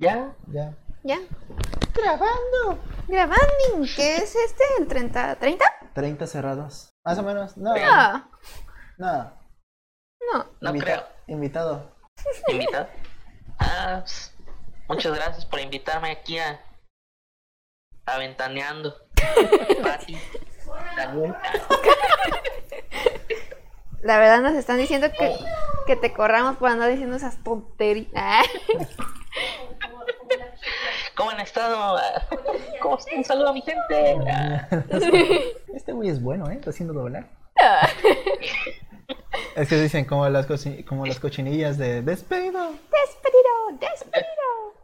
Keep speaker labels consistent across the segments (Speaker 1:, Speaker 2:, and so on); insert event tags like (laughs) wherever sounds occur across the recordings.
Speaker 1: Ya, ya.
Speaker 2: ¿Ya?
Speaker 1: Grabando.
Speaker 2: ¿Grabando? ¿Qué es este? ¿El 30? ¿30?
Speaker 1: 30 cerrados. Más o menos. No.
Speaker 2: No,
Speaker 1: No.
Speaker 2: no.
Speaker 3: No
Speaker 1: Invita-
Speaker 3: creo.
Speaker 1: Invitado.
Speaker 3: ¿Invitado? (laughs) Ah, pues, muchas gracias por invitarme aquí a. a Ventaneando. Pati. Daniel.
Speaker 2: La verdad nos están diciendo que, que te corramos por andar diciendo esas tonterías. (laughs) Ah,
Speaker 3: ¿Cómo han estado? Ah, ¿Cómo están? Un saludo a mi gente. Ah,
Speaker 1: Este güey es bueno, ¿eh? Está haciendo doblar. (laughs) Es que dicen como las, cochi- como las cochinillas de despedido.
Speaker 2: ¡Despedido! ¡Despedido!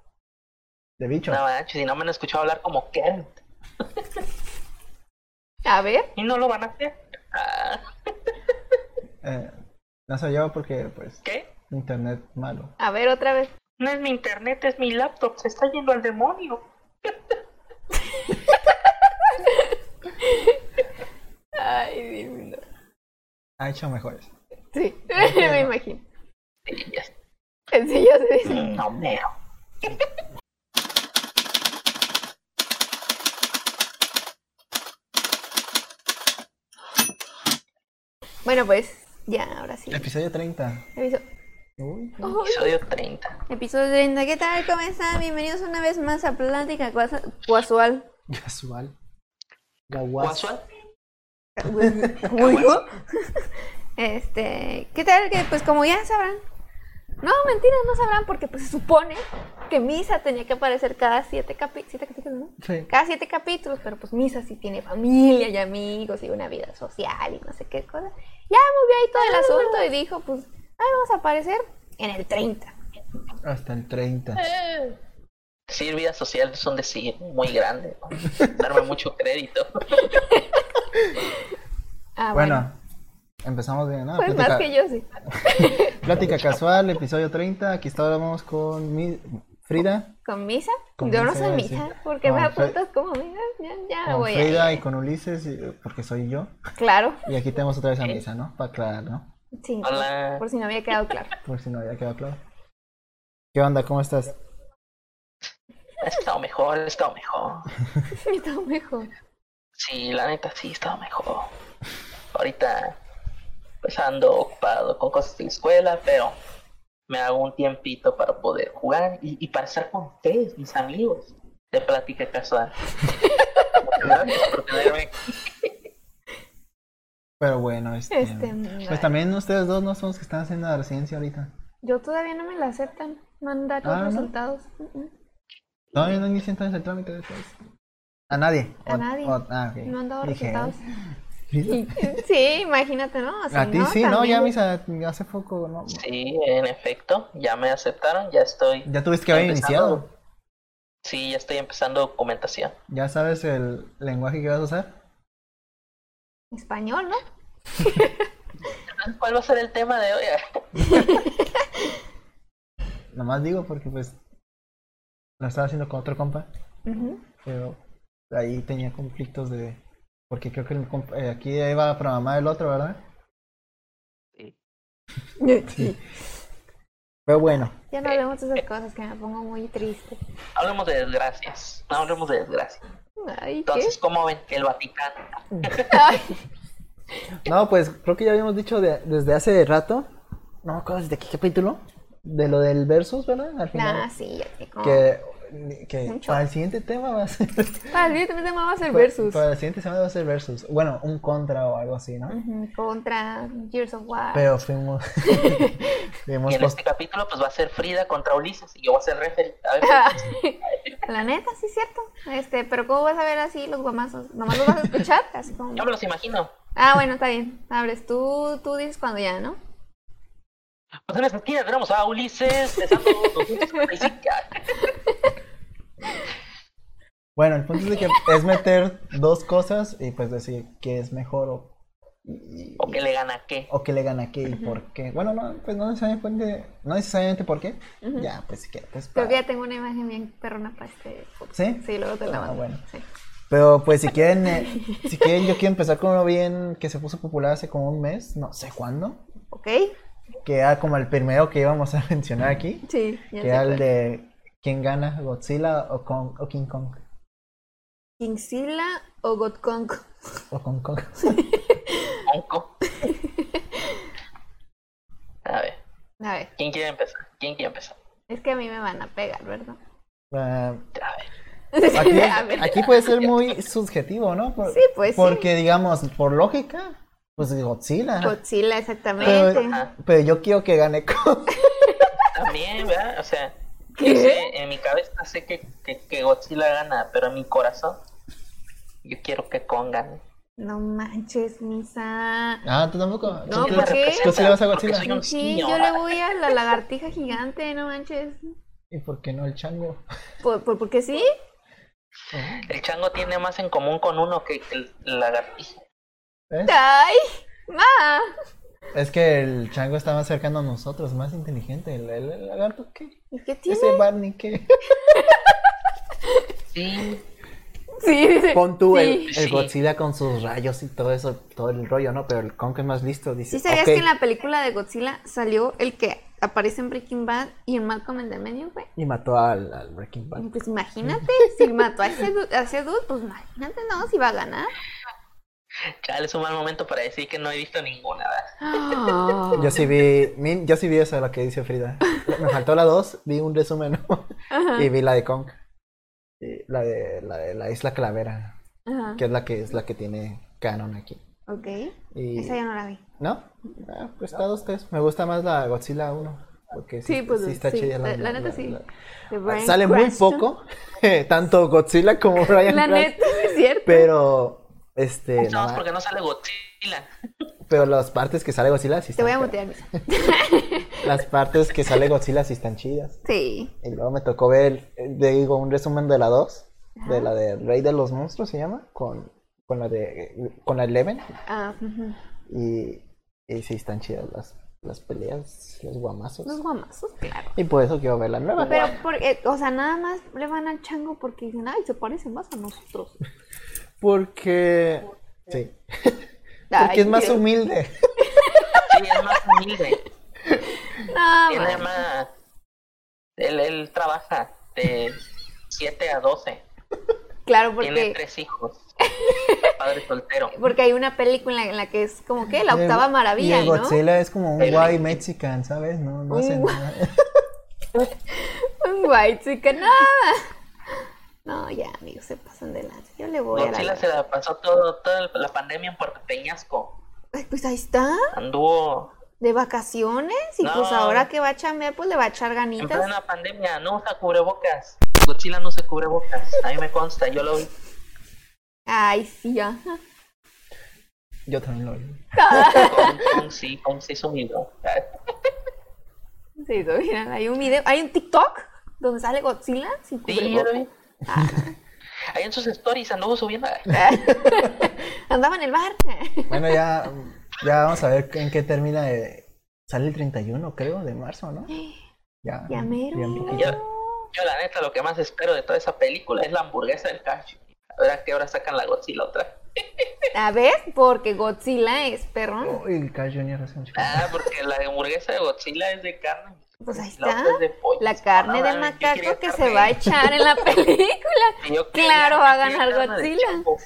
Speaker 1: De bicho.
Speaker 3: Ah, No manches, si no me han escuchado hablar como Kent.
Speaker 2: A ver.
Speaker 3: ¿Y no lo van a hacer? Ah,
Speaker 1: Eh, no soy yo porque, pues,
Speaker 3: ¿Qué?
Speaker 1: internet malo.
Speaker 2: A ver otra vez.
Speaker 3: No es mi internet, es mi laptop. Se está yendo al demonio.
Speaker 2: Ay, Dios mío.
Speaker 1: Ha hecho mejores.
Speaker 2: Sí,
Speaker 1: Entiendo.
Speaker 2: (laughs) me imagino.
Speaker 3: Sí, ya está.
Speaker 2: Sí, ya se dice.
Speaker 3: No mero.
Speaker 2: Bueno, pues ya, ahora sí.
Speaker 1: Episodio 30.
Speaker 2: Aviso.
Speaker 1: Uy.
Speaker 2: Uy.
Speaker 3: Episodio 30.
Speaker 2: Episodio 30. ¿Qué tal? ¿Cómo están? Bienvenidos una vez más a Plática Guasa- Guasual.
Speaker 1: Casual. Gaguas.
Speaker 3: ¿Guasual?
Speaker 2: (laughs) Uy, ¿no? Este, ¿qué tal? Que pues como ya sabrán. No, mentiras, no sabrán porque pues se supone que Misa tenía que aparecer cada siete, capi- siete capítulos, ¿no?
Speaker 1: Sí.
Speaker 2: Cada siete capítulos, pero pues Misa sí tiene familia y amigos y una vida social y no sé qué cosa. Ya movió ahí todo el asunto y dijo, pues, ay, vamos a aparecer en el 30.
Speaker 1: Hasta el 30.
Speaker 3: Decir vida social es un decir muy grande. ¿no? Darme mucho crédito.
Speaker 2: Ah, bueno.
Speaker 1: Bueno, empezamos bien, ¿no?
Speaker 2: pues más
Speaker 1: Plática-
Speaker 2: que yo sí.
Speaker 1: (laughs) Plática casual, episodio 30. Aquí estábamos con mi Frida,
Speaker 2: ¿Con Misa?
Speaker 1: Con
Speaker 2: yo no
Speaker 1: Misa,
Speaker 2: soy
Speaker 1: iba a decir.
Speaker 2: Misa, porque me
Speaker 1: Con Fe-
Speaker 2: apuntas como Misa. Ya, ya me
Speaker 1: con
Speaker 2: Ah, voy a
Speaker 1: Frida
Speaker 2: ir.
Speaker 1: y con Ulises, y- porque soy yo.
Speaker 2: Claro.
Speaker 1: Y aquí tenemos otra vez a Misa, ¿no? Para aclarar, ¿no?
Speaker 2: Sí,
Speaker 3: Hola.
Speaker 2: por si no había quedado claro. (laughs)
Speaker 1: Por si no había quedado claro. ¿Qué onda? ¿Cómo estás?
Speaker 3: He estado mejor, he estado mejor.
Speaker 2: Me está mejor.
Speaker 3: Sí, la neta sí, he estado mejor. Ahorita pues ando ocupado con cosas de la escuela, pero me hago un tiempito para poder jugar y, y para estar con ustedes, mis amigos, de plática casual. Muchas Gracias por tenerme.
Speaker 1: Pero bueno, este,
Speaker 2: Este,
Speaker 1: pues también ustedes dos no son los que están haciendo la residencia ahorita.
Speaker 2: Yo todavía no me la aceptan. No han dado
Speaker 1: Ah, ¿no?
Speaker 2: los resultados. Mm, mm.
Speaker 1: No, yo no inicié entonces el trámite de todos. A nadie.
Speaker 2: A
Speaker 1: O-
Speaker 2: nadie.
Speaker 1: o- ah, ok.
Speaker 2: No han dado
Speaker 1: Dije, ¿eh?
Speaker 2: resultados.
Speaker 1: Frida,
Speaker 2: (laughs) Sí, imagínate, ¿no? Si
Speaker 1: A ti
Speaker 2: no,
Speaker 1: sí, ¿no? Ya
Speaker 2: también-
Speaker 1: Misa, hace poco, ¿no?
Speaker 3: Sí, en efecto, ya me aceptaron, ya estoy,
Speaker 1: Ya tuviste que haber
Speaker 3: Empezando.
Speaker 1: iniciado.
Speaker 3: sí, ya estoy empezando documentación.
Speaker 1: Ya sabes el lenguaje que vas a usar.
Speaker 2: Español, ¿no?
Speaker 3: ¿Cuál va a ser el tema de hoy? (laughs)
Speaker 1: Nomás digo porque pues lo estaba haciendo con otro compa,
Speaker 2: Ujú.
Speaker 1: pero ahí tenía conflictos de... Porque creo que el compa- eh, aquí iba a programar el otro, ¿verdad?
Speaker 2: (laughs) Sí.
Speaker 1: Pero bueno,
Speaker 2: Ya no hablemos de esas cosas que me pongo muy triste.
Speaker 3: Hablemos de desgracias, no hablemos de desgracias.
Speaker 2: Ay, ¿qué?
Speaker 3: Entonces, ¿cómo ven el Vaticano?
Speaker 2: (laughs)
Speaker 1: (laughs)
Speaker 2: Ay,
Speaker 1: no, pues creo que ya habíamos dicho de- desde hace rato, no me acuerdo desde qué capítulo, de lo del versus, ¿verdad? Al final,
Speaker 2: nah, sí, ya sé cómo.
Speaker 1: que, que
Speaker 2: Mucho.
Speaker 1: para el siguiente tema va a ser...
Speaker 2: Para (laughs) el siguiente tema va a ser
Speaker 1: para-
Speaker 2: versus.
Speaker 1: Para el siguiente semana va a ser versus, bueno, un contra o algo así, ¿no?
Speaker 2: Ujú, Contra Gears of War.
Speaker 1: Pero fuimos... (laughs) fuimos
Speaker 3: Y en
Speaker 1: post-
Speaker 3: este capítulo pues va a ser Frida contra Ulises y yo voy a ser referee. A ver,
Speaker 2: (laughs) (laughs) La neta, sí es cierto. Este, pero ¿cómo vas a ver así los guamazos? ¿Nomás los vas a escuchar? Así
Speaker 3: (laughs)
Speaker 2: como...
Speaker 3: yo me los imagino.
Speaker 2: Ah, bueno, está bien. Abres tú, tú dices cuando ya, ¿no?
Speaker 3: Pues en esta esquina tenemos a Ulises, pesando 255.
Speaker 1: Bueno, el punto es de que es meter dos cosas y pues decir qué es mejor o, y-
Speaker 3: o que le gana a qué.
Speaker 1: o qué le gana qué y por qué. Bueno, no, pues no necesariamente, no necesariamente por qué.
Speaker 2: Ujú.
Speaker 1: Ya, pues si quieres, pues,
Speaker 2: Creo que
Speaker 1: para-
Speaker 2: ya tengo una imagen bien perrona para este podcast.
Speaker 1: ¿Sí?
Speaker 2: Sí, luego te la
Speaker 1: Ah,
Speaker 2: mando.
Speaker 1: bueno.
Speaker 2: Sí.
Speaker 1: Pero pues si quieren, eh, si quieren, yo quiero empezar con uno bien que se puso popular hace como un mes, no sé cuándo,
Speaker 2: ¿Ok?
Speaker 1: que era como el primero que íbamos a (laughs) mencionar aquí,
Speaker 2: Sí, ya
Speaker 1: que
Speaker 2: sé
Speaker 1: era
Speaker 2: cuál.
Speaker 1: el de ¿Quién gana, Godzilla o, Kong- o King Kong?
Speaker 2: ¿Kingzilla o God Kong?
Speaker 1: O Kong Kong. (laughs)
Speaker 3: Onco. A ver,
Speaker 2: A ver,
Speaker 3: ¿quién quiere empezar? ¿Quién quiere empezar?
Speaker 2: es que a mí me van a pegar, ¿verdad?
Speaker 1: Eh,
Speaker 3: A ver.
Speaker 1: aquí,
Speaker 2: (laughs) A ver.
Speaker 1: aquí puede ser muy subjetivo, ¿no? Por-
Speaker 2: Sí, pues sí.
Speaker 1: Porque, digamos, por lógica, pues Godzilla.
Speaker 2: Godzilla,
Speaker 1: Pero, ah,
Speaker 2: exactamente.
Speaker 3: Ajá.
Speaker 1: pero yo quiero que gane Kong.
Speaker 3: Ah, También, ¿verdad? O sea,
Speaker 2: ¿Qué?
Speaker 3: yo sé, en mi cabeza sé que, que, que Godzilla gana, pero en mi corazón yo quiero que Kong gane.
Speaker 2: No manches, Misa.
Speaker 1: Ah, tú tampoco.
Speaker 2: No,
Speaker 1: ¿Tú- tú-
Speaker 2: ¿por qué?
Speaker 1: ¿Tú sí le vas a
Speaker 3: Porque
Speaker 1: Godzilla?
Speaker 3: soy un
Speaker 2: Sí,
Speaker 3: niño.
Speaker 2: yo le voy a la lagartija gigante, no manches.
Speaker 1: ¿Y por qué no el chango?
Speaker 2: ¿Por, por, por qué sí?
Speaker 3: El chango tiene más en común con uno que, que el lagartijo.
Speaker 1: ¿Ves?
Speaker 2: ¡Ay! ¡Ma!
Speaker 1: ¿Eh? Es que el chango está más cercano a nosotros, más inteligente. ¿El, el- el lagarto qué?
Speaker 2: ¿Y qué tiene?
Speaker 1: ¿Ese Barney qué?
Speaker 3: Sí,
Speaker 2: Sí, dice.
Speaker 1: (laughs) Pon tú
Speaker 2: sí.
Speaker 1: el,
Speaker 3: Sí.
Speaker 1: el Godzilla con sus rayos y todo eso, todo el rollo, ¿no? Pero el Kong es más listo. Dice,
Speaker 2: ¿Sí sabías
Speaker 1: "Ok".
Speaker 2: que en la película de Godzilla salió el que aparece en Breaking Bad y en Malcolm en el medio, güey?
Speaker 1: Y mató al, al Breaking Bad.
Speaker 2: Pues imagínate,
Speaker 1: (laughs)
Speaker 2: si mató a ese, du- a ese dude, pues imagínate, no, si va a ganar.
Speaker 3: chale, es un mal momento para decir que no he visto ninguna. ¿verdad?
Speaker 1: (gasps) Yo sí vi, min- yo sí vi esa, la que dice
Speaker 2: (laughs)
Speaker 1: Frida. Me faltó la 2, vi un resumen ¿no?
Speaker 2: Ajá,
Speaker 1: y vi la de Kong. Y la de la, de la Isla Calavera,
Speaker 2: ajá.
Speaker 1: que es la que es la que tiene canon aquí.
Speaker 2: Ok,
Speaker 1: Y,
Speaker 2: esa ya no la vi.
Speaker 1: ¿No? Ah, pues está 2, 3. Me gusta más la Godzilla 1. Porque sí,
Speaker 2: Sí, pues sí,
Speaker 1: está chida
Speaker 2: la, la neta sí.
Speaker 1: la-
Speaker 2: De Bryan
Speaker 1: Ah, Sale muy
Speaker 2: Cranston.
Speaker 1: poco, (laughs) tanto Godzilla
Speaker 2: (laughs)
Speaker 1: como Brian (laughs)
Speaker 2: La neta, sí es cierto.
Speaker 1: Pero, este,
Speaker 3: No,
Speaker 1: no,
Speaker 3: es porque no sale Godzilla.
Speaker 1: pero las partes que sale Godzilla sí
Speaker 2: Te
Speaker 1: están
Speaker 2: voy a
Speaker 1: chidas.
Speaker 2: mutear, Misa.
Speaker 1: Las partes que sale Godzilla sí están chidas.
Speaker 2: Sí.
Speaker 1: Y luego me tocó ver, eh, digo, un resumen de la 2, de la de Rey de los Monstruos se llama, con, con la de con la Eleven.
Speaker 2: Ah, ujú.
Speaker 1: Y, y sí están chidas las, las peleas, los guamazos.
Speaker 2: Los guamazos, claro.
Speaker 1: Y por eso quiero ver la nueva.
Speaker 2: Pero, porque, o sea, nada más le van al chango porque dicen, ay, se parecen más a nosotros.
Speaker 1: Porque... Sí.
Speaker 2: Ay,
Speaker 1: Porque es más
Speaker 2: Dios.
Speaker 1: humilde.
Speaker 3: Sí, es más humilde.
Speaker 2: No,
Speaker 3: Tiene
Speaker 2: man.
Speaker 3: más. Él, él trabaja de 7 a 12.
Speaker 2: Claro,
Speaker 3: Tiene
Speaker 2: porque,
Speaker 3: tres (laughs) hijos. Padre soltero.
Speaker 2: porque hay una película en la que es como que la
Speaker 1: (laughs)
Speaker 2: octava
Speaker 1: Y el-
Speaker 2: maravilla,
Speaker 1: Y el
Speaker 2: ¿no? Mm.
Speaker 1: Godzilla es como un
Speaker 3: El-
Speaker 1: guay mexican, ¿sabes? No, no hace
Speaker 2: Un-
Speaker 1: nada.
Speaker 2: (laughs) Un white chicken, nada. No, ya, amigos, se pasan de lanza. Yo le voy a
Speaker 3: Godzilla
Speaker 2: la...
Speaker 3: se la pasó todo, toda el- la pandemia en Puerto Peñasco.
Speaker 2: Ay, Pues ahí está,
Speaker 3: Anduvo
Speaker 2: de vacaciones. Y
Speaker 3: No.
Speaker 2: pues ahora que va a chambear, pues le va a echar
Speaker 3: en
Speaker 2: ganitas.
Speaker 3: plena pandemia. No usa cubrebocas. Godzilla no se cubre bocas. A mí me consta, yo (laughs) lo vi.
Speaker 2: Ay, sí, ajá.
Speaker 1: Yo también lo vi.
Speaker 3: Ah. Con, con sí, con sí sumido.
Speaker 2: Sí, lo miran, hay un video, hay un TikTok donde sale Godzilla sin
Speaker 3: Sí, yo lo
Speaker 2: cubrebocas.
Speaker 3: vi. Ahí en sus stories anduvo subiendo.
Speaker 2: (laughs) Andaba en el bar. (gasps)
Speaker 1: Bueno, ya, ya vamos a ver en qué termina. eh, sale el 31, creo, de marzo, ¿no? Ya,
Speaker 2: Ya mero.
Speaker 1: ya un poquito.
Speaker 3: Ya. Yo la neta lo que más espero de toda esa película es la hamburguesa del cacho. A ver a qué hora sacan la Godzilla otra.
Speaker 2: A ver, porque Godzilla es perrón.
Speaker 1: Uy, el Oh, Carl Jr. hace un chico.
Speaker 3: Ah, porque la hamburguesa de Godzilla es de carne.
Speaker 2: Pues ahí
Speaker 3: La
Speaker 2: está.
Speaker 3: otra es de pollo.
Speaker 2: La carne
Speaker 3: No,
Speaker 2: de
Speaker 3: no, yo
Speaker 2: macaco
Speaker 3: quería
Speaker 2: que se
Speaker 3: carne.
Speaker 2: va a echar
Speaker 3: (laughs)
Speaker 2: en la película.
Speaker 3: Yo quería-
Speaker 2: Claro, va a
Speaker 3: yo quería
Speaker 2: ganar
Speaker 3: carne de
Speaker 2: Godzilla.
Speaker 3: chango.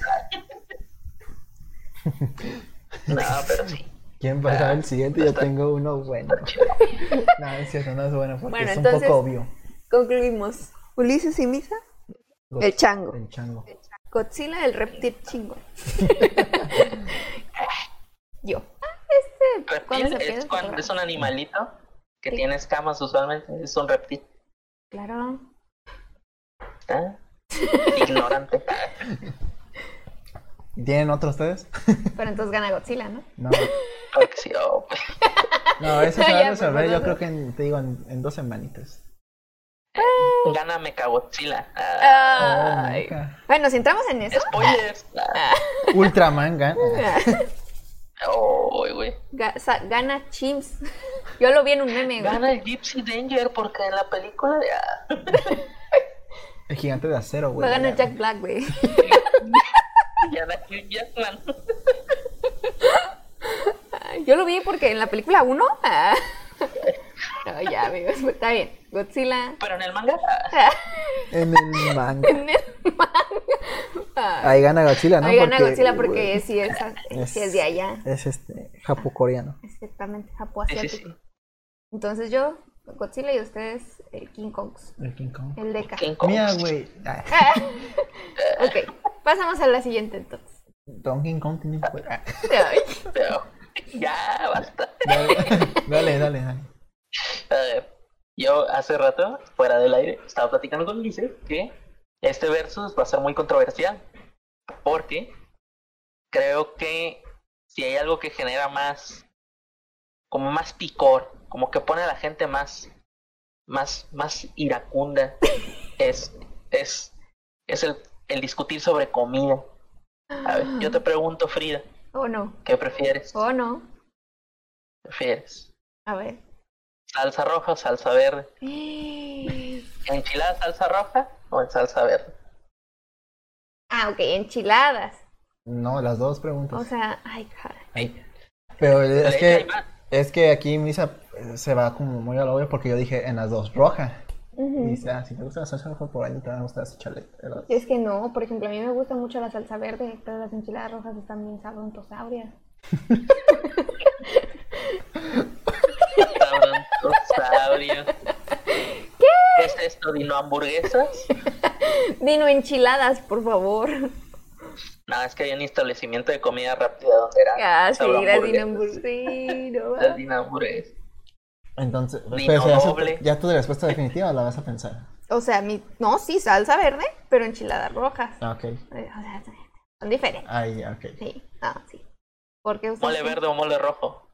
Speaker 3: No, pero sí.
Speaker 1: ¿Quién va a ser el siguiente? Yo tengo uno bueno. (laughs)
Speaker 2: (laughs)
Speaker 1: No, es cierto, no es bueno porque
Speaker 2: Bueno,
Speaker 1: es un
Speaker 2: entonces-
Speaker 1: poco obvio.
Speaker 2: Concluimos. Ulises y Misa,
Speaker 1: Go-
Speaker 2: el chango.
Speaker 1: El chango.
Speaker 2: Godzilla, el reptil
Speaker 3: (laughs)
Speaker 2: chingo. Yo. Ah, este, cuando se
Speaker 3: Reptil
Speaker 2: pierde
Speaker 3: es,
Speaker 2: el
Speaker 3: cuando es
Speaker 2: programa.
Speaker 3: un animalito que
Speaker 2: Sí.
Speaker 3: tiene escamas usualmente. Es un reptil.
Speaker 2: Claro.
Speaker 3: ¿eh?
Speaker 2: (laughs)
Speaker 3: Ignorante.
Speaker 1: ¿Tienen otro ustedes?
Speaker 2: Pero entonces gana Godzilla, ¿no?
Speaker 1: No.
Speaker 3: Porque sí, oh, pues,
Speaker 1: No,
Speaker 2: (laughs)
Speaker 1: eso se va
Speaker 2: Ya,
Speaker 1: a resolver.
Speaker 2: pues,
Speaker 1: Yo
Speaker 2: no.
Speaker 1: creo que en, te digo en, en dos semanitas.
Speaker 3: gana Mechagodzilla. Ah,
Speaker 2: Ay.
Speaker 1: Oh, meca.
Speaker 2: Bueno, si entramos en eso,
Speaker 3: spoilers. Ah,
Speaker 1: Ultraman gana.
Speaker 3: oh, güey.
Speaker 2: (laughs) ga- sa- gana Chimps. Yo lo vi en un meme, güey.
Speaker 3: Gana el Gypsy Danger porque en la película de... ah,
Speaker 1: El gigante de acero, güey.
Speaker 2: Va a ganar
Speaker 1: Ya.
Speaker 2: Jack Black, güey.
Speaker 3: (laughs) ya da Hugh Jackman.
Speaker 2: Yo lo vi porque en la película 1. ah. (laughs) No, ya, ya, amigos, pues, está bien. Godzilla.
Speaker 3: Pero en el manga, (laughs) ah,
Speaker 1: En el manga.
Speaker 2: en el manga. Ah,
Speaker 1: Ahí gana Godzilla, ¿no?
Speaker 2: Ahí gana
Speaker 1: Porque,
Speaker 2: Godzilla
Speaker 1: güey,
Speaker 2: porque sí es, sí es de allá.
Speaker 1: Es este, japo-coreano.
Speaker 2: Exactamente,
Speaker 3: sí, sí, sí.
Speaker 2: japoasiático. Entonces yo, Godzilla y ustedes, el King Kong.
Speaker 1: El King Kong.
Speaker 2: El Deca.
Speaker 3: King Kong.
Speaker 1: Mira, güey. ah,
Speaker 2: (laughs) Ok, pasamos a la siguiente entonces.
Speaker 1: Don King Kong tiene un cuer- ah, (laughs)
Speaker 2: Ay,
Speaker 3: Pero ya, basta.
Speaker 1: Dale, dale, dale. dale.
Speaker 3: Eh, yo hace rato, fuera del aire, estaba platicando con Ulises que este versus va a ser muy controversial. Porque creo que si hay algo que genera más, como más picor, como que pone a la gente más, más, más iracunda, es, es, es el, el discutir sobre comida. A ver, yo te pregunto, Frida,
Speaker 2: Oh no,
Speaker 3: ¿qué prefieres?
Speaker 2: oh no.
Speaker 3: ¿Prefieres
Speaker 2: A ver. (gasps)
Speaker 3: salsa roja o salsa verde? ¿Enchilada salsa roja o en salsa verde?
Speaker 2: Ah, ok, enchiladas.
Speaker 1: No, las dos preguntas.
Speaker 2: O sea, ay, cara.
Speaker 1: Pero es
Speaker 3: Ahí- ahí
Speaker 1: que,
Speaker 3: va.
Speaker 1: es que aquí Misa eh, se va como muy a lo obvio porque yo dije en las dos roja. Y
Speaker 2: Ujú.
Speaker 1: dice, ah, si te gusta la salsa roja por ahí, te van a gustar las chalet.
Speaker 2: Es que no, por ejemplo, a mí me gusta mucho la salsa verde, pero las enchiladas rojas están bien sabrontosauras.
Speaker 3: Sabrontosaurio. ¿Qué es esto? ¿Dino hamburguesas?
Speaker 2: Dino enchiladas, por (laughs) favor.
Speaker 3: No, es que hay un establecimiento de comida rápida donde eran.
Speaker 2: Ah, sí,
Speaker 3: sabrohamburguesas.
Speaker 2: las dino (laughs) hamburguesas.
Speaker 3: Las dino hamburguesas.
Speaker 1: Entonces,
Speaker 3: Vino
Speaker 1: pero ¿se hace-
Speaker 3: doble.
Speaker 1: ¿ya tu respuesta definitiva o la vas a pensar?
Speaker 2: O sea, mi... no, sí, salsa verde, pero enchiladas rojas.
Speaker 1: Ah, Ok,
Speaker 2: Eh, O sea, son diferentes.
Speaker 1: ahí, ok.
Speaker 2: Sí, ah, sí. Porque ustedes
Speaker 3: ¿Mole
Speaker 2: sí?
Speaker 3: verde o mole rojo?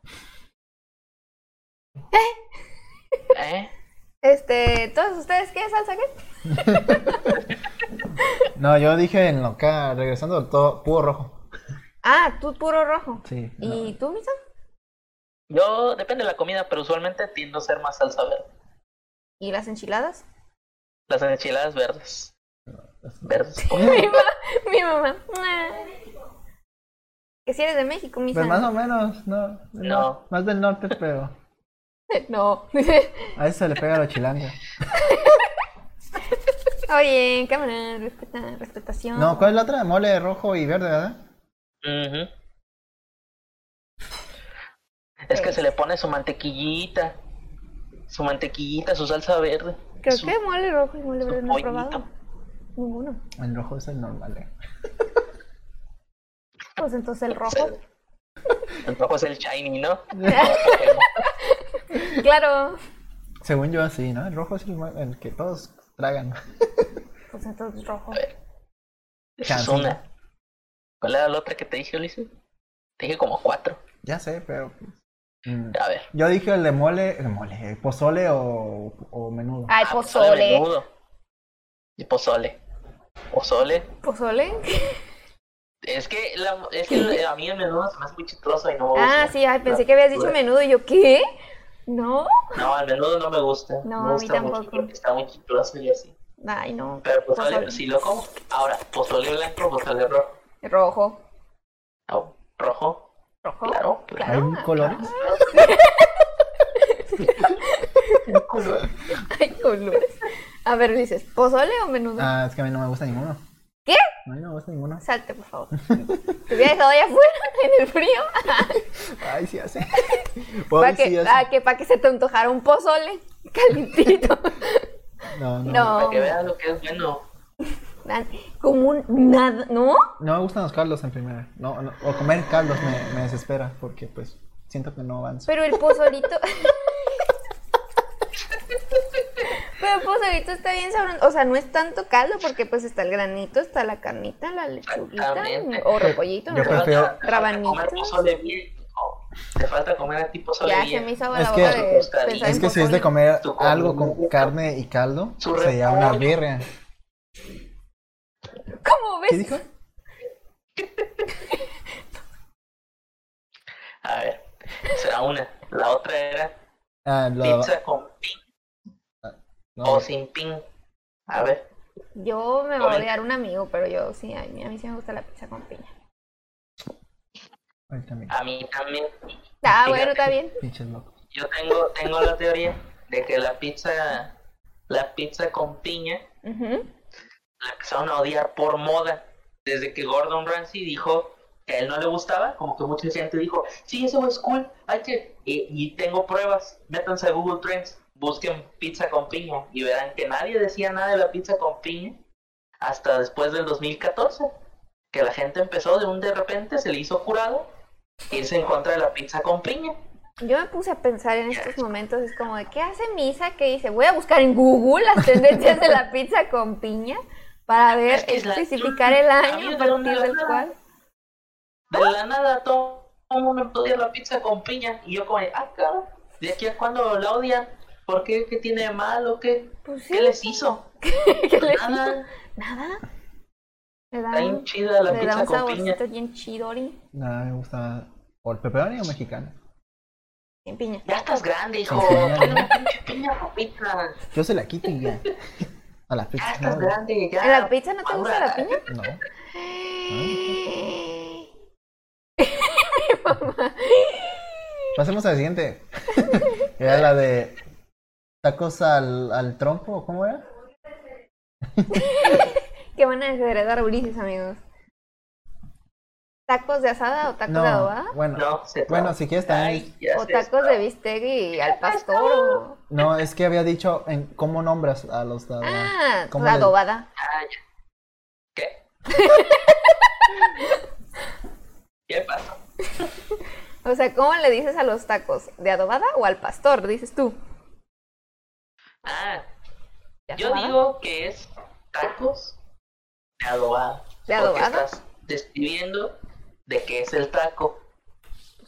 Speaker 3: ¿Eh?
Speaker 2: Este, todos ustedes qué salsa qué?
Speaker 1: No, yo dije en loca, regresando al todo, puro rojo.
Speaker 2: Ah, tú puro rojo.
Speaker 1: Sí.
Speaker 2: ¿Y tú, Misa?
Speaker 3: Yo, depende de la comida, pero usualmente tiendo a ser más salsa verde.
Speaker 2: ¿Y las enchiladas?
Speaker 3: Las enchiladas verdes. Verdes.
Speaker 2: (laughs) (laughs) mi, mamá, mi mamá. Que si eres de México, Misa.
Speaker 1: Pues más o menos, no.
Speaker 3: No.
Speaker 1: Más del norte, pero
Speaker 2: (laughs) No.
Speaker 1: a eso se le pega a los chilangos.
Speaker 2: Oye, cámara, respeta, respetación.
Speaker 1: No, ¿cuál es la otra? Mole rojo y verde, ¿verdad?
Speaker 3: Ujú. Es que se
Speaker 2: Pues.
Speaker 3: le pone su mantequillita, su mantequillita, su salsa verde,
Speaker 2: Creo
Speaker 3: su,
Speaker 2: que mole rojo y mole
Speaker 3: su
Speaker 2: verde no he probado.
Speaker 3: pollito.
Speaker 2: Ninguno.
Speaker 1: El rojo es el normal, ¿eh?
Speaker 2: (laughs) Pues entonces el rojo.
Speaker 3: Se- El rojo es el shiny,
Speaker 2: (laughs)
Speaker 3: ¿no?
Speaker 2: Claro.
Speaker 1: Según yo así, ¿no? El rojo es el, ma- el que todos tragan. (laughs)
Speaker 2: Pues entonces rojo.
Speaker 3: Esa es
Speaker 1: Chancita.
Speaker 3: una. ¿Cuál era la otra que te dije, Ulises? Te dije como cuatro.
Speaker 1: Ya sé, pero... pues, mm.
Speaker 3: A ver.
Speaker 1: Yo dije el de mole, el mole, el pozole o, o menudo.
Speaker 2: Ay,
Speaker 3: Ah,
Speaker 2: pozole.
Speaker 3: menudo. Y pozole. Pozole.
Speaker 2: ¿Pozole?
Speaker 3: Es que, la- es que a mí el menudo se me hace muy chistoso y no me gusta.
Speaker 2: Ah, sí, ay, pensé que habías dicho menudo y yo, ¿qué? No.
Speaker 3: No, el menudo no me gusta.
Speaker 2: No,
Speaker 3: me
Speaker 2: a mí
Speaker 3: gusta mucho
Speaker 2: tampoco.
Speaker 3: porque está muy chistoso y así.
Speaker 2: Ay, no.
Speaker 3: Pero pozole,
Speaker 2: Pozole.
Speaker 3: sí lo como. Ahora, pozole blanco, pozole rojo.
Speaker 2: Rojo. (laughs)
Speaker 3: No, rojo,
Speaker 2: Rojo.
Speaker 3: claro. claro.
Speaker 1: Hay un color.
Speaker 2: Ay, colores. A ver, dices, ¿pozole o menudo?
Speaker 1: Ah, es que a mí no me gusta ninguno.
Speaker 2: ¿Qué?
Speaker 1: A mí no me gusta ninguno.
Speaker 2: Salte, por favor. Te hubiera dejado allá afuera, (laughs) en el frío.
Speaker 1: Ay, sí hace.
Speaker 2: Para
Speaker 1: Ay, sí
Speaker 2: que,
Speaker 1: hace.
Speaker 2: pa' que, pa' que se te antojara un pozole (laughs) calentito.
Speaker 1: No, no.
Speaker 2: No.
Speaker 3: Para que vean lo que es bueno.
Speaker 2: Na- Como un nada, ¿no?
Speaker 1: No me gustan los caldos en primera. No, no, O comer caldos me, me desespera porque pues siento que no avanzo.
Speaker 2: Pero el pozolito. Pero el pozolito está bien sabroso. O sea, no es tanto caldo porque pues está el granito, está la carnita, la lechuguita
Speaker 3: Exactamente.
Speaker 2: o repollito.
Speaker 1: Yo
Speaker 2: ¿no?
Speaker 1: creo-
Speaker 3: Te
Speaker 1: prefiero-
Speaker 3: falta comer
Speaker 2: Rabanitos.
Speaker 3: pozole bien. hijo. Te falta comer a ti pozole
Speaker 2: Ya se
Speaker 3: bien.
Speaker 2: me hizo agua
Speaker 1: Es
Speaker 2: la
Speaker 1: que-
Speaker 2: boca de pensar
Speaker 1: Es que
Speaker 2: en
Speaker 1: si es de
Speaker 2: pozole.
Speaker 1: comer
Speaker 3: Tu comida.
Speaker 1: algo con carne y caldo,
Speaker 3: Tu
Speaker 1: sería una
Speaker 3: repollo.
Speaker 1: birria.
Speaker 2: ¿Cómo ves?
Speaker 1: ¿Qué dijo?
Speaker 3: A ver, esa era una. La otra era
Speaker 1: Ah, lo...
Speaker 3: pizza con pin
Speaker 1: no.
Speaker 3: o sin pin. A ver,
Speaker 2: Yo me va a
Speaker 3: Oye.
Speaker 2: odiar un amigo, pero yo sí, a mí, a mí sí me gusta la pizza con piña.
Speaker 1: Ay, también.
Speaker 3: a mí también.
Speaker 2: Ah,
Speaker 3: Fíjate.
Speaker 2: bueno, está bien.
Speaker 1: Pinches locos.
Speaker 3: Yo tengo, tengo la teoría de que la pizza, la pizza con piña,
Speaker 2: Ujú.
Speaker 3: la empezaron a odiar por moda. Desde que Gordon Ramsay dijo que a él no le gustaba, como que mucha gente dijo, sí, eso es cool, hay que... Y, y tengo pruebas, métanse a Google Trends, busquen pizza con piña y verán que nadie decía nada de la pizza con piña hasta después del 2014, que la gente empezó de un de repente, se le hizo curado irse en contra de la pizza con piña.
Speaker 2: Yo me puse a pensar en estos momentos, es como de, ¿qué hace Misa que dice? Voy a buscar en Google las tendencias de la pizza con piña para ver,
Speaker 3: Es que es la-
Speaker 2: especificar el año
Speaker 3: Había
Speaker 2: a
Speaker 3: de dónde
Speaker 2: partir del
Speaker 3: agarrar.
Speaker 2: cual.
Speaker 3: De la nada todo el mundo odia la pizza con piña y yo como, de, ah, claro, ¿de aquí a cuándo la odian? ¿Por qué? ¿Qué tiene de malo? ¿Qué,
Speaker 2: Pues sí,
Speaker 3: ¿Qué les hizo?
Speaker 2: (laughs) ¿qué
Speaker 3: (laughs)
Speaker 2: le hizo?
Speaker 3: Nada,
Speaker 2: Nada. Le da
Speaker 3: está bien
Speaker 2: un,
Speaker 3: chida la
Speaker 2: le da
Speaker 3: pizza
Speaker 2: un
Speaker 3: con piña.
Speaker 2: saborcito bien chidori.
Speaker 1: No, me gusta. ¿Por pepperoni o mexicana?
Speaker 2: En piña.
Speaker 3: Ya estás grande, hijo,
Speaker 1: Sí, ya,
Speaker 3: tiene una pinche piña con pizza.
Speaker 1: Yo se la quito y ya. A la
Speaker 3: Ya
Speaker 1: pizza.
Speaker 3: Ah, estás
Speaker 1: No,
Speaker 3: grande, ya.
Speaker 2: ¿En la pizza no te gusta la
Speaker 3: Ahora,
Speaker 2: piña?
Speaker 1: no.
Speaker 3: Ah.
Speaker 2: Mi mamá.
Speaker 1: Pasemos al siguiente. (laughs) Era la de tacos al, al trompo, ¿cómo era?
Speaker 2: Que van a desheredar a Ulises, amigos. ¿Tacos de asada o tacos de adobada?
Speaker 1: bueno,
Speaker 3: No, se
Speaker 1: bueno, si quieres también.
Speaker 3: Ay, ya
Speaker 2: O
Speaker 3: se
Speaker 2: tacos
Speaker 3: está.
Speaker 2: de bistec y al pastor. o-
Speaker 1: No, es que había dicho en cómo nombras a los de
Speaker 2: Ah,
Speaker 1: ¿Cómo
Speaker 2: la
Speaker 1: le-
Speaker 2: adobada.
Speaker 3: Ah, ya. ¿Qué?
Speaker 2: (laughs)
Speaker 3: ¿Qué pasó?
Speaker 2: O sea, ¿cómo le dices a los tacos? ¿De adobada o al pastor? Dices tú.
Speaker 3: Ah,
Speaker 2: ¿De
Speaker 3: Yo
Speaker 2: adobada?
Speaker 3: digo que es tacos de adobado.
Speaker 2: ¿De
Speaker 3: porque
Speaker 2: adobado?
Speaker 3: Estás describiendo de qué es el taco,